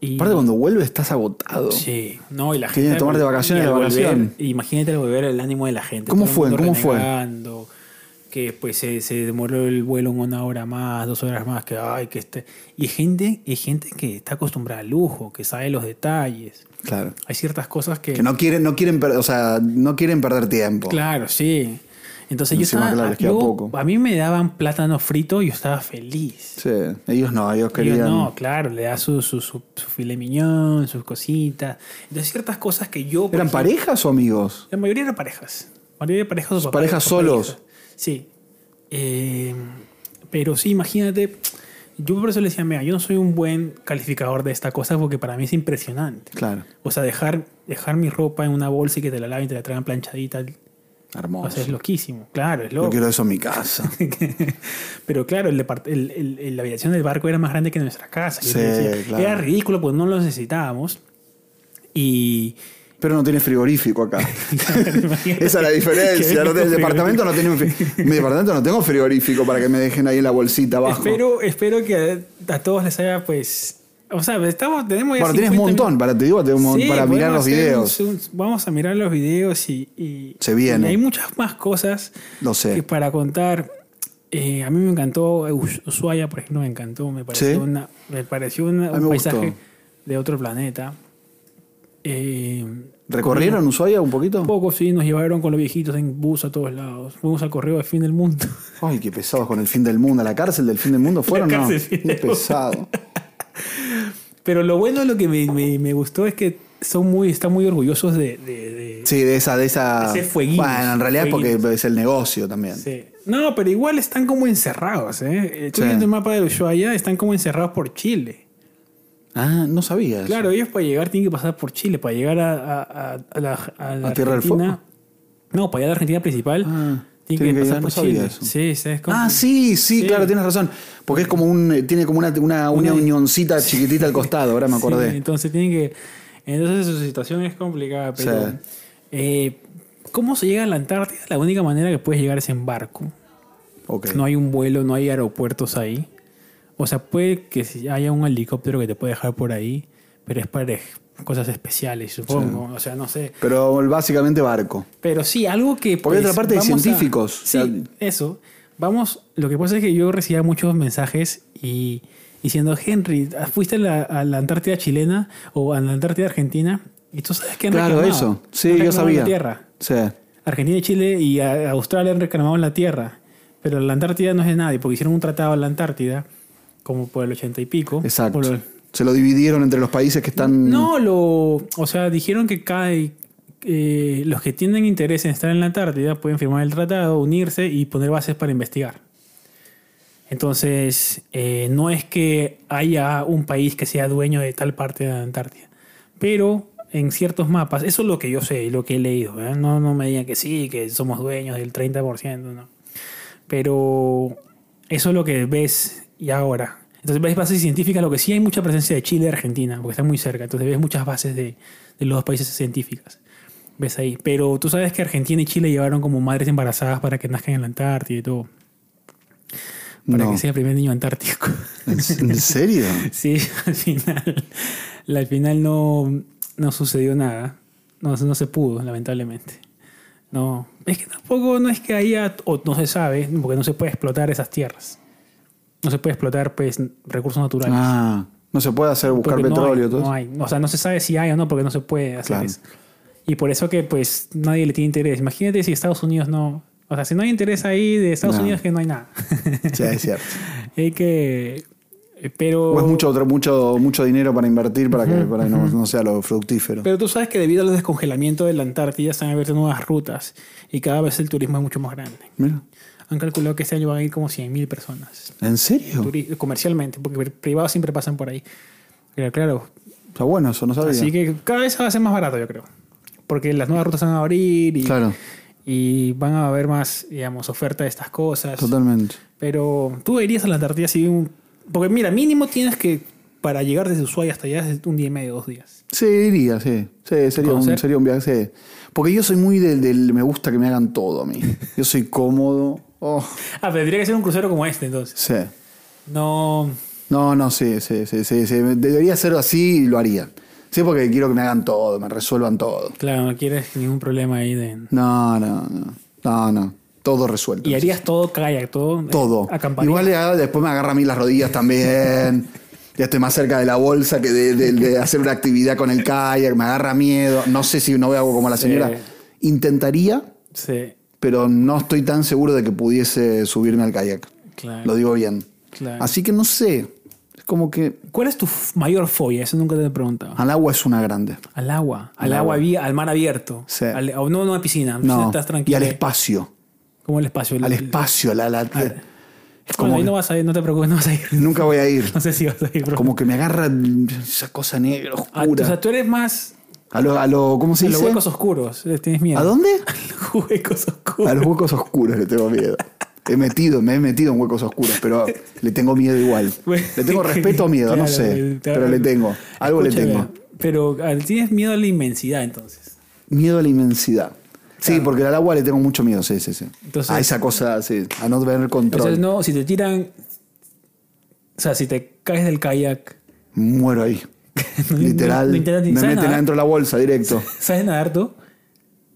Speaker 1: Y...
Speaker 2: Aparte, cuando vuelves estás agotado.
Speaker 1: Sí, no, y la gente.
Speaker 2: Tienen que tomar de
Speaker 1: al-
Speaker 2: vacaciones
Speaker 1: y al
Speaker 2: la vacación.
Speaker 1: volver- imagínate al volver el ánimo de la gente.
Speaker 2: ¿Cómo
Speaker 1: todo el
Speaker 2: fue?
Speaker 1: mundo
Speaker 2: ¿Cómo fue?
Speaker 1: renegando, Que pues se, se demoró el vuelo en una hora más, dos horas más, que ay, que este. Y gente, y gente que está acostumbrada al lujo, que sabe los detalles.
Speaker 2: Claro.
Speaker 1: Hay ciertas cosas que.
Speaker 2: Que no quieren, no quieren, per- o sea, no quieren perder tiempo.
Speaker 1: Claro, sí. Entonces
Speaker 2: Encima,
Speaker 1: yo estaba.
Speaker 2: claro, les queda
Speaker 1: yo-
Speaker 2: poco.
Speaker 1: A mí me daban plátano frito y yo estaba feliz.
Speaker 2: Sí. Ellos no, ellos
Speaker 1: Y yo,
Speaker 2: querían.
Speaker 1: no, claro, le da su, su, su, su filet miñón, sus cositas. Entonces, ciertas cosas que yo. por
Speaker 2: ¿Eran
Speaker 1: ejemplo,
Speaker 2: parejas o amigos?
Speaker 1: La mayoría eran parejas. La mayoría de parejas o papás- papás
Speaker 2: parejas solos.
Speaker 1: e hijas. Sí. Eh, pero sí, imagínate. Yo por eso le decía, mira, yo no soy un buen calificador de esta cosa porque para mí es impresionante.
Speaker 2: Claro.
Speaker 1: O sea, dejar, dejar mi ropa en una bolsa y que te la laven y te la traigan planchadita. O sea, es
Speaker 2: Hermoso.
Speaker 1: loquísimo. Claro, es
Speaker 2: Yo
Speaker 1: loco.
Speaker 2: Oh, quiero eso en mi casa.
Speaker 1: Pero claro, el depart- el- el- el- la habitación del barco era más grande que nuestra casa. Yo
Speaker 2: Sí,
Speaker 1: te decía,
Speaker 2: claro.
Speaker 1: Era ridículo, pues no lo necesitábamos. Y,
Speaker 2: Pero no tiene frigorífico acá.
Speaker 1: Imagínate
Speaker 2: Esa es la
Speaker 1: que
Speaker 2: diferencia.
Speaker 1: venga
Speaker 2: No,
Speaker 1: con
Speaker 2: El departamento no tiene un fri- mi departamento no tengo frigorífico para que me dejen ahí en la bolsita abajo.
Speaker 1: Espero, espero que a, a todos les haya, pues. O sea, estamos, tenemos ya
Speaker 2: bueno, tienes un
Speaker 1: 50
Speaker 2: montón, para, te digo, tengo un mon-
Speaker 1: Sí,
Speaker 2: para mirar
Speaker 1: podemos
Speaker 2: los
Speaker 1: hacer un-
Speaker 2: videos.
Speaker 1: un- vamos a mirar los videos y. y-
Speaker 2: Se viene.
Speaker 1: y hay muchas más cosas
Speaker 2: No
Speaker 1: que
Speaker 2: sé.
Speaker 1: para contar. Eh, a mí me encantó Ushuaia, por ejemplo, me encantó. Me pareció,
Speaker 2: Sí.
Speaker 1: una- me pareció una-
Speaker 2: A mí
Speaker 1: un
Speaker 2: me
Speaker 1: paisaje
Speaker 2: gustó.
Speaker 1: de otro planeta. Eh,
Speaker 2: ¿Recorrieron Ushuaia un poquito?
Speaker 1: un poco sí, nos llevaron con los viejitos en bus a todos lados. Fuimos al correo de fin del mundo.
Speaker 2: Ay, qué pesados con el fin del mundo. ¿A la cárcel del fin del mundo fueron?
Speaker 1: La
Speaker 2: No,
Speaker 1: cárcel del fin
Speaker 2: qué
Speaker 1: del mundo.
Speaker 2: pesado.
Speaker 1: Pero lo bueno, lo que me, me- me gustó es que son muy, están muy orgullosos de... de- de-
Speaker 2: Sí, de esa... De esa...
Speaker 1: Ese fueguinos,
Speaker 2: bueno, en realidad es porque
Speaker 1: fueguinos.
Speaker 2: es el negocio también.
Speaker 1: Sí. No, pero igual están como encerrados. ¿eh? Eh, Tú
Speaker 2: Sí.
Speaker 1: viendo el mapa de Ushuaia, están como encerrados por Chile.
Speaker 2: Ah, no sabía eso.
Speaker 1: Claro, ellos para llegar tienen que pasar por Chile, para llegar a, a- a- a la, a la
Speaker 2: ¿A Tierra del Fuego?
Speaker 1: Argentina. No, para allá a la Argentina principal.
Speaker 2: Ah,
Speaker 1: tienen que,
Speaker 2: tienen que
Speaker 1: pasar
Speaker 2: llegar,
Speaker 1: por
Speaker 2: no sabía
Speaker 1: Chile.
Speaker 2: eso.
Speaker 1: Sí, sí, es como-
Speaker 2: Ah, sí, sí,
Speaker 1: Sí.
Speaker 2: claro, tienes razón. Porque es como un. eh, Tiene como una, una, una
Speaker 1: Una-
Speaker 2: unioncita chiquitita al costado, ahora me
Speaker 1: Sí,
Speaker 2: acordé.
Speaker 1: entonces tienen que. Entonces su situación es complicada, pero.
Speaker 2: Sí.
Speaker 1: eh, ¿Cómo se llega a la Antártida? La única manera que puedes llegar es en barco.
Speaker 2: Ok.
Speaker 1: No hay un vuelo, no hay aeropuertos ahí. O sea, puede que si haya un helicóptero que te puede dejar por ahí, pero es para ej- cosas especiales, supongo. O sea, no sé.
Speaker 2: Pero básicamente barco.
Speaker 1: Pero sí, algo que. pues,
Speaker 2: Porque otra parte de
Speaker 1: vamos
Speaker 2: científicos,
Speaker 1: sí,
Speaker 2: o sea-
Speaker 1: eso. Vamos, lo que pasa es que yo recibía muchos mensajes y diciendo, Henry, ¿fuiste a la, a la Antártida chilena o a la Antártida argentina? Y tú sabes que han
Speaker 2: Claro,
Speaker 1: reclamado.
Speaker 2: eso. Sí,
Speaker 1: Han
Speaker 2: yo
Speaker 1: reclamado
Speaker 2: sabía.
Speaker 1: La tierra.
Speaker 2: Sí.
Speaker 1: Argentina y Chile y a- Australia han reclamado la tierra. Pero la Antártida no es de nadie, porque hicieron un tratado a la Antártida, como por el ochenta y pico.
Speaker 2: Exacto.
Speaker 1: por el-
Speaker 2: Se lo dividieron entre los países que están.
Speaker 1: no, lo. O sea, dijeron que cada. eh, los que tienen interés en estar en la Antártida pueden firmar el tratado, unirse y poner bases para investigar. Entonces, eh, no es que haya un país que sea dueño de tal parte de la Antártida. Pero en ciertos mapas, eso es lo que yo sé y lo que he leído. ¿eh? No, no me digan que sí, que somos dueños del 30%, no. Pero eso es lo que ves y ahora. Entonces ves bases científicas, lo que sí hay mucha presencia de Chile y Argentina, porque están muy cerca. Entonces ves muchas bases de, de los dos países científicas. Ves ahí. Pero tú sabes que Argentina y Chile llevaron como madres embarazadas para que nazcan en la Antártida y todo. Para
Speaker 2: No.
Speaker 1: que sea el primer niño antártico.
Speaker 2: ¿En en serio?
Speaker 1: Sí, al final. Al final no, no sucedió nada. No, no se pudo, lamentablemente. No. Es que tampoco no es que haya. O no se sabe, porque no se puede explotar esas tierras. No se puede explotar, pues, recursos naturales.
Speaker 2: Ah, no se puede hacer buscar
Speaker 1: Porque no
Speaker 2: petróleo.
Speaker 1: hay,
Speaker 2: todo eso.
Speaker 1: no hay. O sea, no se sabe si hay o no, porque no se puede hacer
Speaker 2: Claro.
Speaker 1: eso. Y por eso que, pues, nadie le tiene interés. Imagínate si Estados Unidos no. O sea, si no hay interés ahí de Estados
Speaker 2: No.
Speaker 1: Unidos, que no hay nada.
Speaker 2: Sí, es cierto.
Speaker 1: hay que. eh, Pero.
Speaker 2: O es mucho, otro- mucho, mucho dinero para invertir para que, para que no, no sea lo fructífero.
Speaker 1: Pero tú sabes que debido al descongelamiento de la Antártida están abiertas nuevas rutas y cada vez el turismo es mucho más grande.
Speaker 2: Mira.
Speaker 1: Han calculado que este año van a ir como 100.000 personas
Speaker 2: ¿En serio?
Speaker 1: Turi- comercialmente, porque privados siempre pasan por ahí. Pero claro,
Speaker 2: Está bueno eso, no sabía.
Speaker 1: así que cada vez va a ser más barato, yo creo. Porque las nuevas rutas van a abrir y,
Speaker 2: Claro,
Speaker 1: y van a haber más, digamos, oferta de estas cosas.
Speaker 2: totalmente.
Speaker 1: Pero tú irías a la Antártida si un... Porque mira, mínimo tienes que, para llegar desde Ushuaia hasta allá, es un día y medio, dos días.
Speaker 2: Sí, iría, sí. Sí, sería un,
Speaker 1: ¿Conocer?
Speaker 2: sería un viaje. sí. Porque yo soy muy del, del me gusta que me hagan todo a mí. Yo soy cómodo. Oh,
Speaker 1: Ah, pero tendría que ser un crucero como este, entonces.
Speaker 2: sí.
Speaker 1: No,
Speaker 2: No, no, sí, sí, sí, sí, sí. Debería ser así y lo haría. Sí, porque quiero que me hagan todo, me resuelvan todo.
Speaker 1: Claro, no quieres ningún problema ahí de...
Speaker 2: No, no, no. No, no. Todo resuelto.
Speaker 1: Y harías todo kayak, todo. eh,
Speaker 2: todo.
Speaker 1: Acamparía.
Speaker 2: Igual ah, después me agarra a mí las rodillas también. Ya estoy más cerca de la bolsa que de, de- de hacer una actividad con el kayak. Me agarra miedo. No sé si no hago como la señora.
Speaker 1: Sí.
Speaker 2: Intentaría,
Speaker 1: Sí,
Speaker 2: pero no estoy tan seguro de que pudiese subirme al kayak.
Speaker 1: claro.
Speaker 2: Lo digo bien.
Speaker 1: claro.
Speaker 2: Así que no sé. Es como que
Speaker 1: ¿Cuál es tu f- mayor fobia? Eso nunca te he preguntado.
Speaker 2: al agua es una grande.
Speaker 1: Al agua. Al,
Speaker 2: Ah. Al
Speaker 1: agua,
Speaker 2: agua.
Speaker 1: abi- al mar abierto.
Speaker 2: Sí.
Speaker 1: Al- o no, no a la piscina. A la piscina
Speaker 2: No.
Speaker 1: estás
Speaker 2: Y
Speaker 1: tranquilo.
Speaker 2: al espacio.
Speaker 1: ¿Cómo el espacio? El-
Speaker 2: Al espacio. a la- la- es
Speaker 1: Bueno,
Speaker 2: como
Speaker 1: ahí
Speaker 2: que
Speaker 1: no vas a ir, no te preocupes, no vas a ir.
Speaker 2: Nunca voy a ir.
Speaker 1: No sé si vas a ir, bro.
Speaker 2: Como que me agarra esa cosa negra,
Speaker 1: Ah, o sea,
Speaker 2: oscura.
Speaker 1: tú eres más
Speaker 2: A lo, a lo- ¿Cómo se
Speaker 1: a los
Speaker 2: dice?
Speaker 1: huecos oscuros. eh, Tienes miedo.
Speaker 2: ¿A dónde?
Speaker 1: A los huecos oscuros.
Speaker 2: A los huecos oscuros le tengo miedo. He metido, me he metido en huecos oscuros, pero le tengo miedo igual. Le tengo respeto o miedo, no
Speaker 1: Claro,
Speaker 2: sé.
Speaker 1: el-
Speaker 2: Pero le tengo. Algo le
Speaker 1: Escúchame,
Speaker 2: tengo.
Speaker 1: Pero ah, tienes miedo a la inmensidad, entonces.
Speaker 2: Miedo a la inmensidad. Sí, porque al agua le tengo mucho miedo, sí, sí, sí.
Speaker 1: Entonces-
Speaker 2: a esa cosa, sí, a no tener
Speaker 1: Entonces,
Speaker 2: control.
Speaker 1: no, si te tiran. O sea, si te caes del kayak.
Speaker 2: Muero ahí.
Speaker 1: no-
Speaker 2: Literal.
Speaker 1: no intentas ni-
Speaker 2: me
Speaker 1: ¿sabes
Speaker 2: meten
Speaker 1: nadar?
Speaker 2: adentro de la bolsa directo.
Speaker 1: ¿Sabes nadar tú?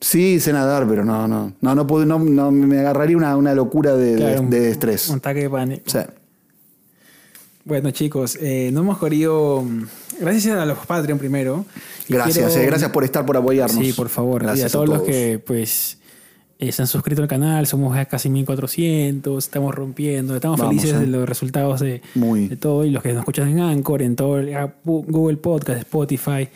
Speaker 2: Sí, sé nadar, pero no, no. No, no, puedo, no, no, me agarraría una, una locura de,
Speaker 1: Claro, un-
Speaker 2: de- de estrés.
Speaker 1: Un ataque de pánico.
Speaker 2: Sí.
Speaker 1: Bueno, chicos, eh, no hemos corrido. Gracias a los Patreon primero. Y
Speaker 2: Gracias,
Speaker 1: quiero-
Speaker 2: eh, gracias por estar, por apoyarnos.
Speaker 1: Sí, por favor.
Speaker 2: Gracias
Speaker 1: y a
Speaker 2: a
Speaker 1: todos, los
Speaker 2: todos.
Speaker 1: que pues eh, se han suscrito al canal, somos ya casi 1400, estamos rompiendo, estamos
Speaker 2: Vamos,
Speaker 1: felices
Speaker 2: eh.
Speaker 1: de los resultados de,
Speaker 2: Muy.
Speaker 1: de todo y los que nos escuchan en Anchor, en todo el App- Google Podcast, Spotify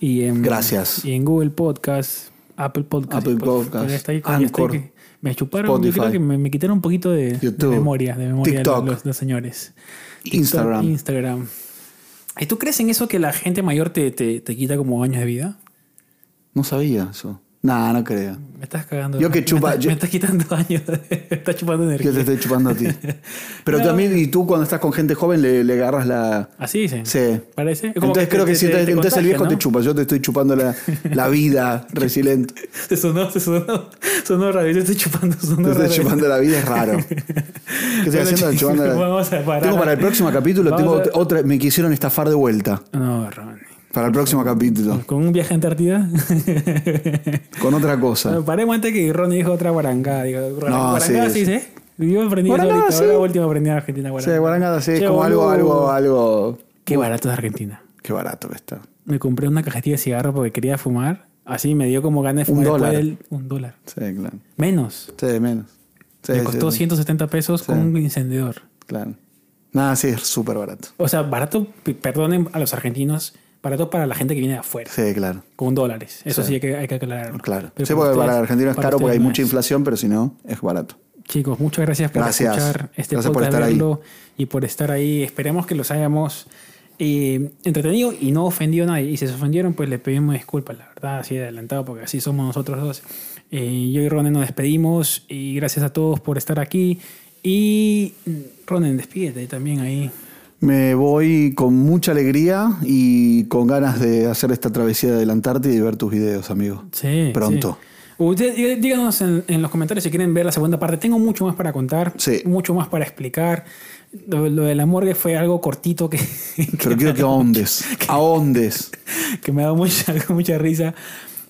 Speaker 1: y en
Speaker 2: Gracias.
Speaker 1: y en Google Podcast, Apple Podcast,
Speaker 2: Apple
Speaker 1: Spotify,
Speaker 2: Podcast,
Speaker 1: ya está ahí, ya está ahí
Speaker 2: Anchor,
Speaker 1: que me chuparon, yo creo
Speaker 2: Spotify.
Speaker 1: que me, me quitaron un poquito de, de
Speaker 2: YouTube,
Speaker 1: memoria, de memoria de
Speaker 2: TikTok.
Speaker 1: los, los señores.
Speaker 2: Instagram.
Speaker 1: Instagram. ¿Y tú crees en eso que la gente mayor te, te, te quita como años de vida?
Speaker 2: No sabía eso. No, no creo.
Speaker 1: Me estás cagando.
Speaker 2: Yo que
Speaker 1: Me
Speaker 2: chupa-
Speaker 1: estás- Me,
Speaker 2: yo-
Speaker 1: estás quitando años. me estás chupando energía.
Speaker 2: Yo te estoy chupando a ti. Pero también, y tú cuando estás con gente joven le, le agarras la.
Speaker 1: Así dicen.
Speaker 2: Sí.
Speaker 1: Parece. Es como
Speaker 2: Entonces
Speaker 1: te-
Speaker 2: creo que
Speaker 1: te-
Speaker 2: si
Speaker 1: te-
Speaker 2: te-
Speaker 1: te
Speaker 2: entonces el
Speaker 1: contagia,
Speaker 2: viejo
Speaker 1: ¿no?
Speaker 2: te chupa, yo te estoy chupando la, la vida resiliente.
Speaker 1: Se sonó, se sonó. Sonó raro. Yo te estoy chupando, sonó
Speaker 2: Te estoy
Speaker 1: raro.
Speaker 2: chupando la vida, es raro. ¿Qué estoy
Speaker 1: Bueno,
Speaker 2: haciendo?
Speaker 1: chicos,
Speaker 2: Chupando la-
Speaker 1: Vamos a parar.
Speaker 2: Tengo para el próximo capítulo,
Speaker 1: Vamos
Speaker 2: tengo
Speaker 1: a-
Speaker 2: ot- otra. Me quisieron estafar de vuelta.
Speaker 1: No, Ronnie.
Speaker 2: Para el próximo capítulo.
Speaker 1: Con un viaje a Antártida.
Speaker 2: Con otra cosa.
Speaker 1: Bueno, Paremos antes que Ronnie dijo otra guarangada. Digo, guarang-
Speaker 2: No,
Speaker 1: guarangada
Speaker 2: sí,
Speaker 1: sí, sí. Yo aprendí eso
Speaker 2: Guarangada,
Speaker 1: ahorita.
Speaker 2: sí.
Speaker 1: Ahora último aprendí en Argentina.
Speaker 2: Sí, guarangada, sí, es
Speaker 1: Che,
Speaker 2: como algo,
Speaker 1: boludo.
Speaker 2: algo, algo.
Speaker 1: Qué barato es Argentina.
Speaker 2: Qué barato que está.
Speaker 1: Me compré una cajetilla de cigarro porque quería fumar. Así me dio como ganas de
Speaker 2: Un
Speaker 1: fumar. después
Speaker 2: dólar.
Speaker 1: del- un dólar.
Speaker 2: Sí, claro.
Speaker 1: Menos.
Speaker 2: Sí, menos. Sí,
Speaker 1: me
Speaker 2: sí,
Speaker 1: costó
Speaker 2: sí,
Speaker 1: 170 pesos con un encendedor.
Speaker 2: Claro. Nada, sí, es súper barato.
Speaker 1: O sea, barato, p- perdonen a los argentinos, barato para la gente que viene de afuera,
Speaker 2: Sí, claro.
Speaker 1: con dólares. Eso sí, hay, que, hay que aclararlo.
Speaker 2: Claro.
Speaker 1: Pero
Speaker 2: sí, porque para
Speaker 1: ustedes-
Speaker 2: Argentina es
Speaker 1: para
Speaker 2: caro porque hay
Speaker 1: ustedes no
Speaker 2: mucha
Speaker 1: es.
Speaker 2: inflación, pero si no, es barato.
Speaker 1: Chicos, muchas gracias por
Speaker 2: Gracias.
Speaker 1: escuchar este
Speaker 2: Gracias por
Speaker 1: podcast,
Speaker 2: estar ahí.
Speaker 1: verlo y por estar ahí. Esperemos que los hayamos eh, entretenido y no ofendido a nadie. Y si se ofendieron, pues le pedimos disculpas, la verdad, así de adelantado, porque así somos nosotros dos. Eh, yo y Ronen nos despedimos y gracias a todos por estar aquí. Y mm, Ronen, despídete también ahí.
Speaker 2: Me voy con mucha alegría y con ganas de hacer esta travesía de la Antártida y ver tus videos, amigo.
Speaker 1: Sí.
Speaker 2: Pronto.
Speaker 1: sí. Usted- dí- díganos en, en los comentarios si quieren ver la segunda parte. Tengo mucho más para contar,
Speaker 2: Sí.
Speaker 1: mucho más para explicar. Lo, lo de la morgue fue algo cortito que,
Speaker 2: Pero quiero que ahondes. Ahondes.
Speaker 1: que me ha dado mucha, mucha risa.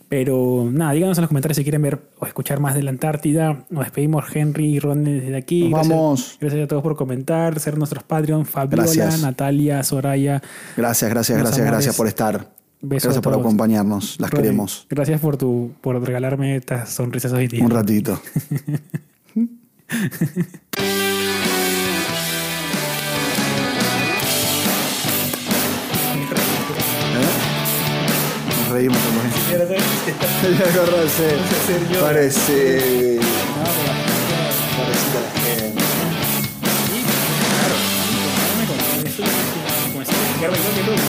Speaker 1: Pero nada, díganos en los comentarios si quieren ver o escuchar más de la Antártida. Nos despedimos Henry y Ron desde aquí.
Speaker 2: Nos vamos.
Speaker 1: Gracias, gracias a todos por comentar, ser nuestros Patreon, Fabiola,
Speaker 2: Gracias.
Speaker 1: Natalia, Soraya.
Speaker 2: Gracias, gracias,
Speaker 1: Los
Speaker 2: gracias,
Speaker 1: amores.
Speaker 2: gracias por estar.
Speaker 1: Besos a
Speaker 2: gracias por
Speaker 1: todos.
Speaker 2: acompañarnos. Las
Speaker 1: Ron,
Speaker 2: queremos.
Speaker 1: Gracias por tu por regalarme estas sonrisas hoy día.
Speaker 2: Un ratito. ¿Eh? Nos reímos también. Ya agarró ese. Parece. Parecida a la gente.
Speaker 1: Claro. Con- con- con- con- con- con- con- con- con- con- con-